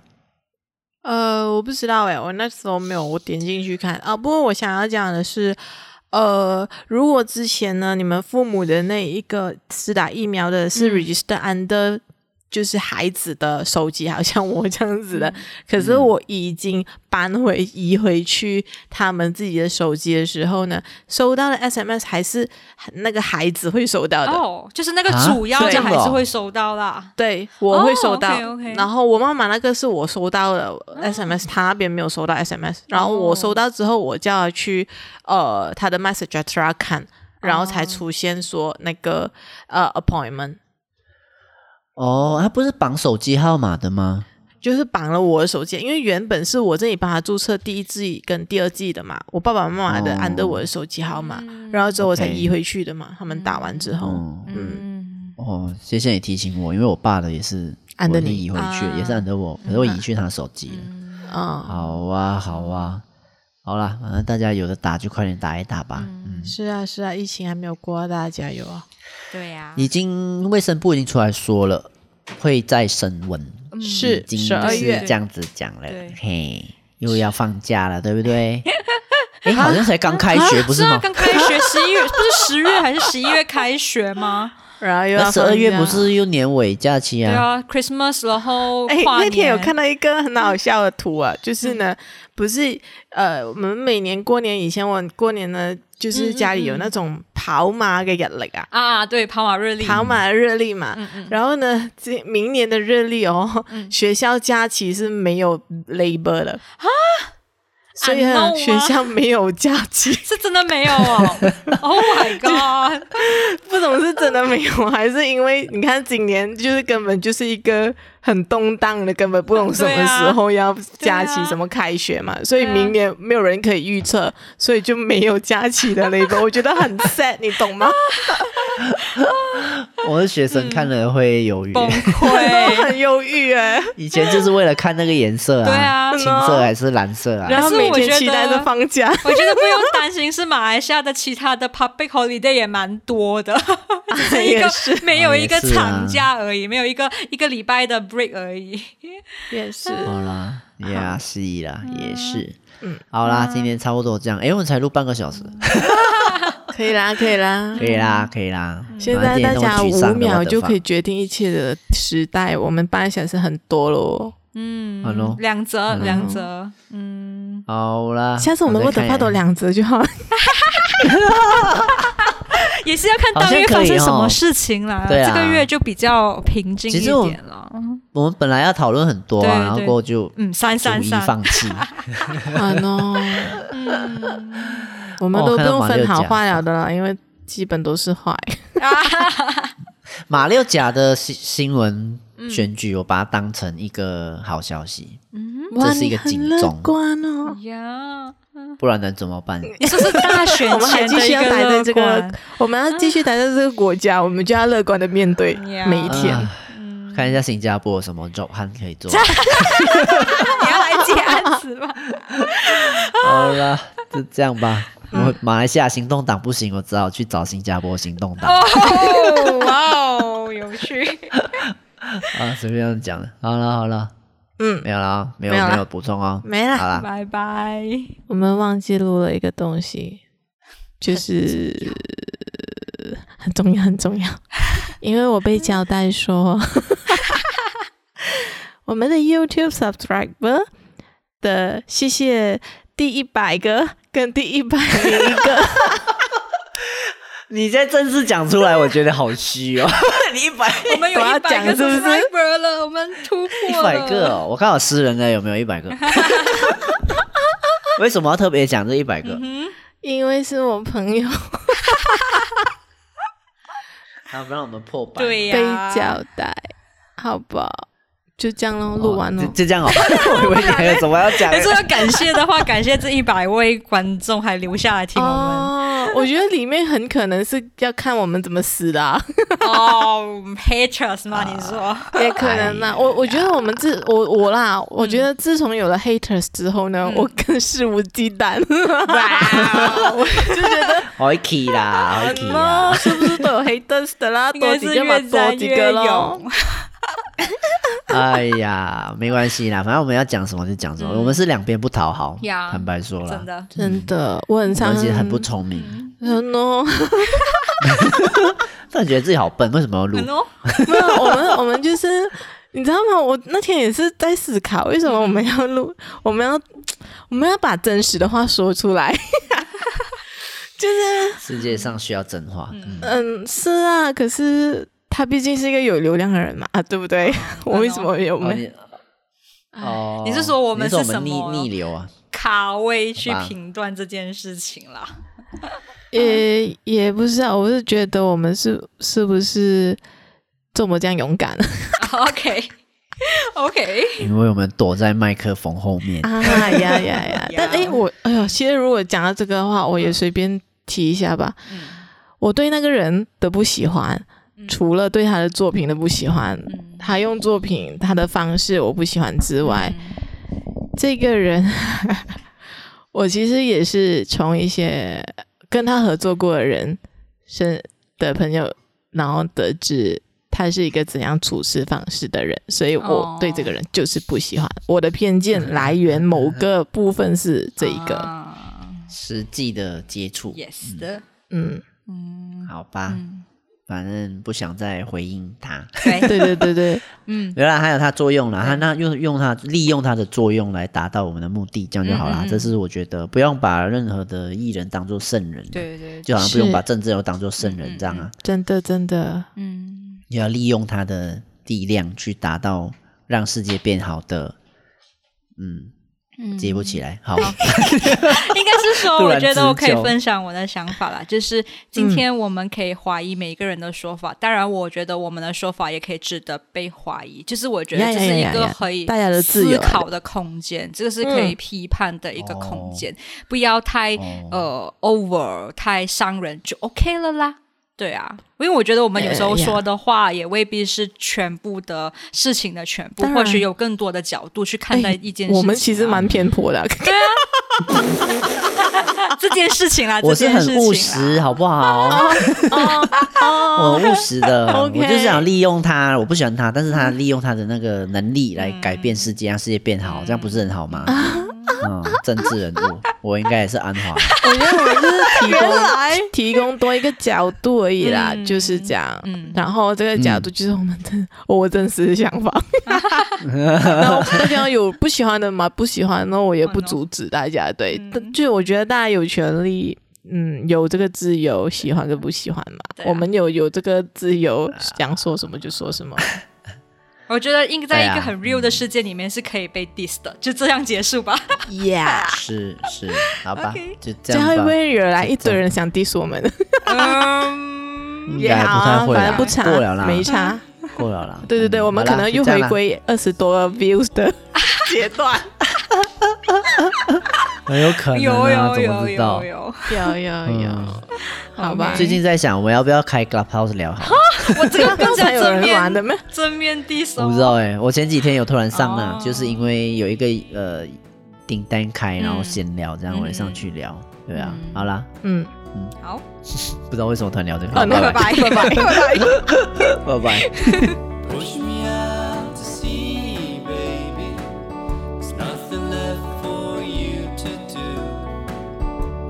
Speaker 3: 呃，我不知道哎、我那时候没有，我点进去看啊。不过我想要讲的是，呃，如果之前呢，你们父母的那一个施打疫苗的是 register under，、就是孩子的手机，好像我这样子的，可是我已经搬回移回去他们自己的手机的时候呢，收到的 SMS 还是那个孩子会收到的。
Speaker 1: 哦，就是那个
Speaker 2: 啊
Speaker 1: 主要
Speaker 2: 对
Speaker 1: 的还是会收到啦。
Speaker 3: 对，我会收到。
Speaker 1: OK，OK
Speaker 3: 然后我妈妈那个是我收到的 SMS，、她那边没有收到 SMS。然后我收到之后，我叫她去呃她的 Messenger 看，然后才出现说那个呃 appointment，
Speaker 2: 哦，它不是绑手机号码的吗？
Speaker 3: 就是绑了我的手机，因为原本是我这里帮她注册第一季跟第二季的嘛，我爸爸妈妈的
Speaker 2: 哦
Speaker 3: 按的我的手机号码，然后之后我才
Speaker 2: OK
Speaker 3: 移回去的嘛。他们打完
Speaker 1: 哦
Speaker 3: 之后，
Speaker 2: 嗯，
Speaker 1: 嗯，
Speaker 2: 哦，谢谢你提醒我，因为我爸的也是
Speaker 3: 按着
Speaker 2: 我
Speaker 3: 你
Speaker 2: 移回去，
Speaker 1: 啊
Speaker 2: 也是按着我，可是我移去他手机了。
Speaker 3: 嗯
Speaker 2: 好啊，好啊，好啦，反正大家有的打就快点打一打吧。嗯，
Speaker 3: 是啊是啊，疫情还没有过啊，大家加油啊！
Speaker 1: 对呀，
Speaker 2: 已经卫生部已经出来说了，会再升温，
Speaker 3: 是
Speaker 2: 已经
Speaker 3: 十二
Speaker 2: 是
Speaker 3: 月
Speaker 2: 这样子讲了
Speaker 1: 对，
Speaker 2: 嘿，又要放假了，对不对？哎，好像才刚开学不
Speaker 1: 是
Speaker 2: 是
Speaker 1: 啊，
Speaker 2: 吗？
Speaker 1: 刚开学十一月， <laughs> 不是十月还是十一月开学吗？
Speaker 3: 然后又
Speaker 2: 那
Speaker 3: 要
Speaker 2: 十二月
Speaker 3: 啊放假
Speaker 2: 不是又年尾假期
Speaker 1: 对
Speaker 2: 啊？
Speaker 1: 啊，Christmas，然后
Speaker 3: 哎、
Speaker 1: 跨
Speaker 3: 那天有
Speaker 1: 年嗯
Speaker 3: 看到一个很好笑的图啊，就是呢，不是呃，我们每年过年以前，我过年呢，
Speaker 1: 嗯
Speaker 3: 就是家里有那种跑马嘅日历啊，
Speaker 1: 啊，对，跑马日历，
Speaker 3: 跑马的日历
Speaker 1: 嗯
Speaker 3: 嘛。然后呢，这明年的日历哦，学校假期是没有 labor 的啊，所以
Speaker 1: I know
Speaker 3: 呢
Speaker 1: 啊，
Speaker 3: 学校没有假期
Speaker 1: 是真的没有哦，Oh my god！
Speaker 3: 不懂是真的没有，还是因为你看今年就是根本就是一个很动荡的，根本不懂什么时候要假期
Speaker 1: 对，啊
Speaker 3: 什么开学
Speaker 1: <laughs>
Speaker 3: 嘛，所以明年没有人可以预
Speaker 1: 啊
Speaker 3: 测，所以就没有假
Speaker 1: <laughs>
Speaker 3: 期的那个，我觉得很 sad，你懂吗？
Speaker 2: 我的学生看了会犹豫，
Speaker 1: 崩
Speaker 3: 我
Speaker 1: 溃。
Speaker 3: 很忧郁哎、
Speaker 2: 以前就是为了看那个颜色
Speaker 1: 对啊
Speaker 2: 青色还是蓝色啊？
Speaker 3: 然后
Speaker 1: 可是
Speaker 3: 每
Speaker 1: 我觉
Speaker 3: 天
Speaker 1: 得
Speaker 3: 期待着放假，
Speaker 1: 我觉得不用担心，是马来西亚的其他的 public holiday 也蛮多的，只 <laughs> 是一
Speaker 3: <laughs> 也
Speaker 1: 个
Speaker 3: 是
Speaker 1: 没有一个
Speaker 2: 也是啊
Speaker 1: 长假而已，没有一个一个礼拜的 break 而已。
Speaker 3: 也是
Speaker 2: 好啦，也是
Speaker 3: 嗯嗯
Speaker 2: 啦，也是。好啦，今天差不多这样。哎，我们才录半个小时，
Speaker 3: 可以啦，可以啦。
Speaker 2: 可以啦，可以啦。
Speaker 3: 嗯现
Speaker 2: 反
Speaker 3: 在
Speaker 2: 正
Speaker 3: 大
Speaker 2: 这些
Speaker 3: 家
Speaker 2: 都是沮
Speaker 3: 五
Speaker 2: 丧的
Speaker 3: 秒就可以
Speaker 2: what
Speaker 3: 决定一切的时代，我们半小时很多喽。
Speaker 2: the fuck。好咯，
Speaker 1: 嗯两折，两折，嗯，
Speaker 2: 好啦。
Speaker 3: 下次我们
Speaker 2: 啊再
Speaker 3: 我等
Speaker 2: 看
Speaker 3: 发抖两折就好了。
Speaker 1: 也是要看当月发生什么事情啦。
Speaker 2: 好像可以哦对啊
Speaker 1: 这个月就比较平静一
Speaker 2: 其实我
Speaker 1: 点了。
Speaker 2: 我们本来要讨论很多
Speaker 1: 对
Speaker 2: 啊，然后
Speaker 1: 对
Speaker 2: 过后就
Speaker 1: 嗯，三
Speaker 2: 逐
Speaker 1: 三
Speaker 2: 一
Speaker 1: 三，
Speaker 2: 放弃。
Speaker 3: 啊 <laughs> no，我哦们
Speaker 2: 哦
Speaker 3: 都不
Speaker 2: 看到
Speaker 3: 用
Speaker 2: 马
Speaker 3: 分
Speaker 2: 六
Speaker 3: 好
Speaker 2: 甲
Speaker 3: 坏了的啦，因为基本都是坏。
Speaker 2: 马六甲的新新闻选举，我把它当成一个好消息，
Speaker 3: 嗯哇，
Speaker 2: 这是一
Speaker 3: 你
Speaker 2: 个
Speaker 3: 很
Speaker 2: 警
Speaker 3: 乐
Speaker 2: 钟
Speaker 3: 观哦。
Speaker 1: 呀，
Speaker 2: 不然能怎么办？
Speaker 1: 你说是大选
Speaker 3: <laughs> 我们还
Speaker 1: 前
Speaker 3: 继
Speaker 1: 的
Speaker 3: 续
Speaker 1: 一
Speaker 3: 要
Speaker 1: 个
Speaker 3: 待在
Speaker 1: 乐
Speaker 3: 这
Speaker 1: 观
Speaker 3: <laughs> 个，我们要继续待在这个国家，我们就要乐观的面对
Speaker 1: Yeah
Speaker 3: 每一嗯天。
Speaker 2: 啊看一下新加坡有什么 job hunt 可以
Speaker 3: <laughs>
Speaker 2: 做。
Speaker 1: 你要来接案子吗？
Speaker 2: 好了，就这样吧。
Speaker 3: 嗯
Speaker 2: 我马来西亚行动党不行，我只好去找新加坡行动
Speaker 1: <laughs>
Speaker 2: 党
Speaker 1: 哦，哇哦，有趣。
Speaker 2: 啊，随便讲了。好了好了，
Speaker 3: 嗯，
Speaker 2: 没有了啊，没有
Speaker 3: 没有了
Speaker 2: 没有补充哦，
Speaker 3: 没了
Speaker 2: 好
Speaker 3: <laughs>
Speaker 2: 了，
Speaker 1: 拜拜。
Speaker 3: 我们忘记录了一个东西，就是很重要，很重要。因为我被交代说， <laughs> 我们的 YouTube subscriber 的谢谢第一百个跟第一百零一个，
Speaker 2: 你在正式讲出来，我觉得好虚
Speaker 3: <laughs>
Speaker 2: 哦，你一百
Speaker 1: 我们有
Speaker 3: 我要
Speaker 1: 一百
Speaker 3: 讲
Speaker 1: 个
Speaker 3: 是不是
Speaker 1: subscriber 了，我们突
Speaker 2: 一
Speaker 1: 破了
Speaker 2: 百个、哦，我看好诗人呢有没有一百
Speaker 3: <laughs>
Speaker 2: 个？为什么要特别讲这一百个？
Speaker 3: 嗯因为是我朋友
Speaker 2: 他不让我们破百，
Speaker 1: 对
Speaker 3: 被
Speaker 1: 呀、
Speaker 3: 交代，好吧，就这样咯，
Speaker 2: 哦，
Speaker 3: 录完
Speaker 2: 就
Speaker 3: 了。
Speaker 2: 就这样哦。 <laughs> 我以为你还有什么要讲
Speaker 3: <laughs>
Speaker 2: 的
Speaker 1: 但是哎要感谢的话，感谢这一百位观众还留下来听我们
Speaker 3: 哦，我觉得里面很可能是要看我们怎么死的、啊。
Speaker 1: 哦 haters
Speaker 3: 啊
Speaker 1: 吗？你说
Speaker 3: 也可
Speaker 1: 哎
Speaker 3: 能啦，我我觉得我们自我我啦，我觉
Speaker 1: 嗯
Speaker 3: 得自从有了 haters 之后呢，我更肆无忌惮， <laughs> 我就觉得
Speaker 2: 好一起啦，好一起啦
Speaker 3: 哦，。是不是都有 haters 的啦？
Speaker 1: 应
Speaker 3: <laughs> 多
Speaker 1: 该
Speaker 3: 几
Speaker 1: 是
Speaker 3: 个嘛，
Speaker 1: 越
Speaker 3: 多
Speaker 1: 战
Speaker 3: 几
Speaker 1: 越
Speaker 3: 个咯。
Speaker 1: 勇。
Speaker 2: 哎呀，没关系啦，反正我们要讲什么就讲什么，我们是两边不讨好。
Speaker 1: 嗯呀
Speaker 2: 坦白说啦
Speaker 1: 真，的，
Speaker 3: 真的，我很
Speaker 2: 我
Speaker 3: 常
Speaker 2: 们其实很不聪明，
Speaker 3: 嗯哦，
Speaker 2: 但觉得自己好笨，为什么要录
Speaker 1: 很？哦，
Speaker 3: 没有，我们我们就是，你知道吗？我那天也是在思考，为什
Speaker 1: 嗯
Speaker 3: 么我们要录，我们要我们要把真实的话说出来，就是
Speaker 2: 世界上需要真话。嗯
Speaker 3: 嗯，是啊，可是他毕竟是一个有流量的人嘛，啊，对不
Speaker 1: 哦
Speaker 3: 对？ <laughs> 我为什么有
Speaker 2: 哦
Speaker 3: 没？
Speaker 2: 你哦，
Speaker 1: 哎你是说我们
Speaker 2: 你
Speaker 1: 是
Speaker 2: 是我
Speaker 1: 什
Speaker 2: 们逆
Speaker 1: 么
Speaker 2: 逆流啊？
Speaker 1: 卡位去
Speaker 2: 好吧
Speaker 1: 评断这件事情啦。
Speaker 3: 也也不是啊，我是觉得我们是是不是这么这样勇敢啊
Speaker 1: OK OK，
Speaker 2: 因为我们躲在麦克风后面。
Speaker 3: 啊呀呀呀！但哎，我哎呦，其实如果讲到这个的话，我也随便提一下吧。我对那个人的不喜欢，除了对他的作品的不喜欢，他用作品他的方式我不喜欢之外，这个人，我其实也是从一些跟他合作过的人身的朋友，然后得知他是一个怎样处事方式的人，所以我
Speaker 1: 哦
Speaker 3: 对这个人就是不喜欢。我的偏见来源某个部分是这一个，
Speaker 1: 啊
Speaker 2: 实际的接触，
Speaker 1: yes 嗯的，
Speaker 3: 嗯， <laughs>
Speaker 2: 好吧，反正不想再回应他。
Speaker 1: 对，
Speaker 3: 对对对对，
Speaker 2: 原来还有它作用啦，它那用用它利用它的作用来达到我们的目的，这样就好啦。这是我觉得不用把任何的艺人当做圣人，，
Speaker 1: 对对，
Speaker 2: 就好像不用
Speaker 3: 是
Speaker 2: 把政治人物当做圣人这样啊，
Speaker 3: 真的真的，
Speaker 1: 嗯，
Speaker 2: 也要利用它的力量去达到让世界变好的，嗯，接不起来，好，
Speaker 3: <laughs>
Speaker 1: 应该是说，
Speaker 2: 突然
Speaker 1: 我觉得我可以
Speaker 2: 之久
Speaker 1: 分享我的想法啦。就是今天我们可以怀疑每个人的说法，当然，我觉得我们的说法也可以值得被怀疑。就是我觉得
Speaker 3: 呀呀
Speaker 1: 这是一
Speaker 3: 呀
Speaker 1: 个
Speaker 3: 呀
Speaker 1: 可以
Speaker 3: 大家的自由
Speaker 1: 思
Speaker 3: 啊
Speaker 1: 考的空间，这个是可以批判的一个空
Speaker 3: 哦
Speaker 1: 间，不要太呃 over 太伤人就 OK 了啦。对啊，因为我觉得我们有时候
Speaker 3: 哎呀
Speaker 1: 说的话也未必是全部的事情的全部
Speaker 3: 当，然
Speaker 1: 或许有更多的角度去看待一件事情啊。
Speaker 3: 哎我们其实蛮偏颇
Speaker 1: <laughs>
Speaker 3: 的，啊
Speaker 1: 这件事情
Speaker 3: <laughs>
Speaker 1: 啦，
Speaker 2: 我
Speaker 1: 这
Speaker 2: 是
Speaker 1: 件事情
Speaker 2: 很
Speaker 1: 啊
Speaker 2: 务
Speaker 1: 啦
Speaker 2: 实，好不
Speaker 3: 哦
Speaker 2: 好？我务实
Speaker 3: <laughs>
Speaker 2: 的，我
Speaker 3: OK
Speaker 2: 就是想利用它，我不喜欢
Speaker 3: 嗯嗯 <laughs>
Speaker 2: 它，但是它利用它的那个能力来改变世界，让世界变好，这样不是很好吗？嗯，政治人物，我应该也是安
Speaker 3: <laughs>
Speaker 2: 华。
Speaker 3: 我觉得我们就是提供
Speaker 1: <laughs> 原来
Speaker 3: 提供多一个角度而已啦，
Speaker 1: 嗯
Speaker 3: 就是这样。
Speaker 1: 嗯
Speaker 3: 然后这个角度就是我们真、 <laughs> 我真实的想
Speaker 1: <laughs>
Speaker 3: 法。然后大家有不喜欢的嘛，不喜欢，那我也不阻止大家。对，
Speaker 1: 嗯
Speaker 3: 但就我觉得大家有权利。嗯，有这个自由，喜欢跟不喜欢嘛，
Speaker 1: 对啊啊
Speaker 3: 我们有有这个自由，想说什么就说什么。
Speaker 1: 我觉得应在一
Speaker 2: 对
Speaker 1: 个
Speaker 2: 啊
Speaker 1: 很 real 的世界里面是可以被 diss 的，就这样结束吧。
Speaker 3: Yeah，
Speaker 2: 是是，好吧
Speaker 1: OK
Speaker 2: 就这
Speaker 3: 这样
Speaker 2: 样
Speaker 3: 会
Speaker 2: 吧
Speaker 3: 不。会惹来一堆人想 diss 我们？啊
Speaker 1: 嗯，
Speaker 2: 应该不太会啦，
Speaker 3: 反正不差，
Speaker 2: 过了啦，
Speaker 3: 没差。
Speaker 2: 过了啦。
Speaker 3: <laughs> 对对对，
Speaker 2: 嗯
Speaker 3: 我们可能又回。归二十多个 views 的 <laughs> 阶段。
Speaker 2: 很有可能
Speaker 1: <laughs> 有
Speaker 2: 啊，
Speaker 1: 有
Speaker 2: 怎
Speaker 1: 有
Speaker 2: 么知道
Speaker 1: 有？有，
Speaker 3: <laughs> 有有
Speaker 2: 嗯，
Speaker 3: 好吧
Speaker 2: 最近在想，我们要不要开 Clubhouse 聊好？
Speaker 1: 我这个更
Speaker 3: 刚
Speaker 1: 加
Speaker 3: 才有
Speaker 1: 正
Speaker 3: 人玩的
Speaker 1: 面
Speaker 3: 咩？
Speaker 1: 正面 diss
Speaker 2: 我不知
Speaker 1: 哦。
Speaker 2: 道哎，我前几天有突然上啊
Speaker 1: 哦，
Speaker 2: 就是因为有一个呃订单开，然后
Speaker 1: 嗯
Speaker 2: 闲聊，这样我也上去聊。对啊，好啦，
Speaker 3: 嗯，
Speaker 1: 好，
Speaker 2: 不知道为什么突然聊这个，
Speaker 3: 哦那
Speaker 1: 拜
Speaker 2: 拜拜
Speaker 3: <laughs>
Speaker 1: 拜拜拜。
Speaker 2: 拜拜。
Speaker 4: Push me out to sea, baby. There's nothing left for you to do.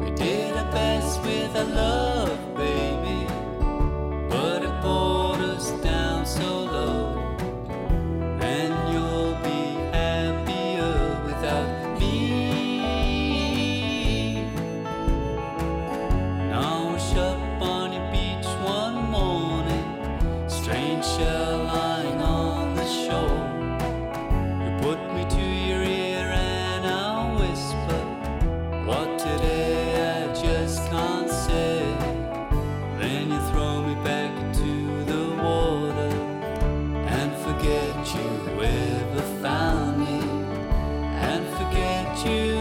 Speaker 4: We did our best with our love, baby. But it brought us down so low. And you'll be happier without me. Now wash up on your beach one morning. Strange shell lying on the shore. You put me to your ear and I'll whisper. What today I just can't say. Then you throw me back into the water and forget you ever found me. And forget you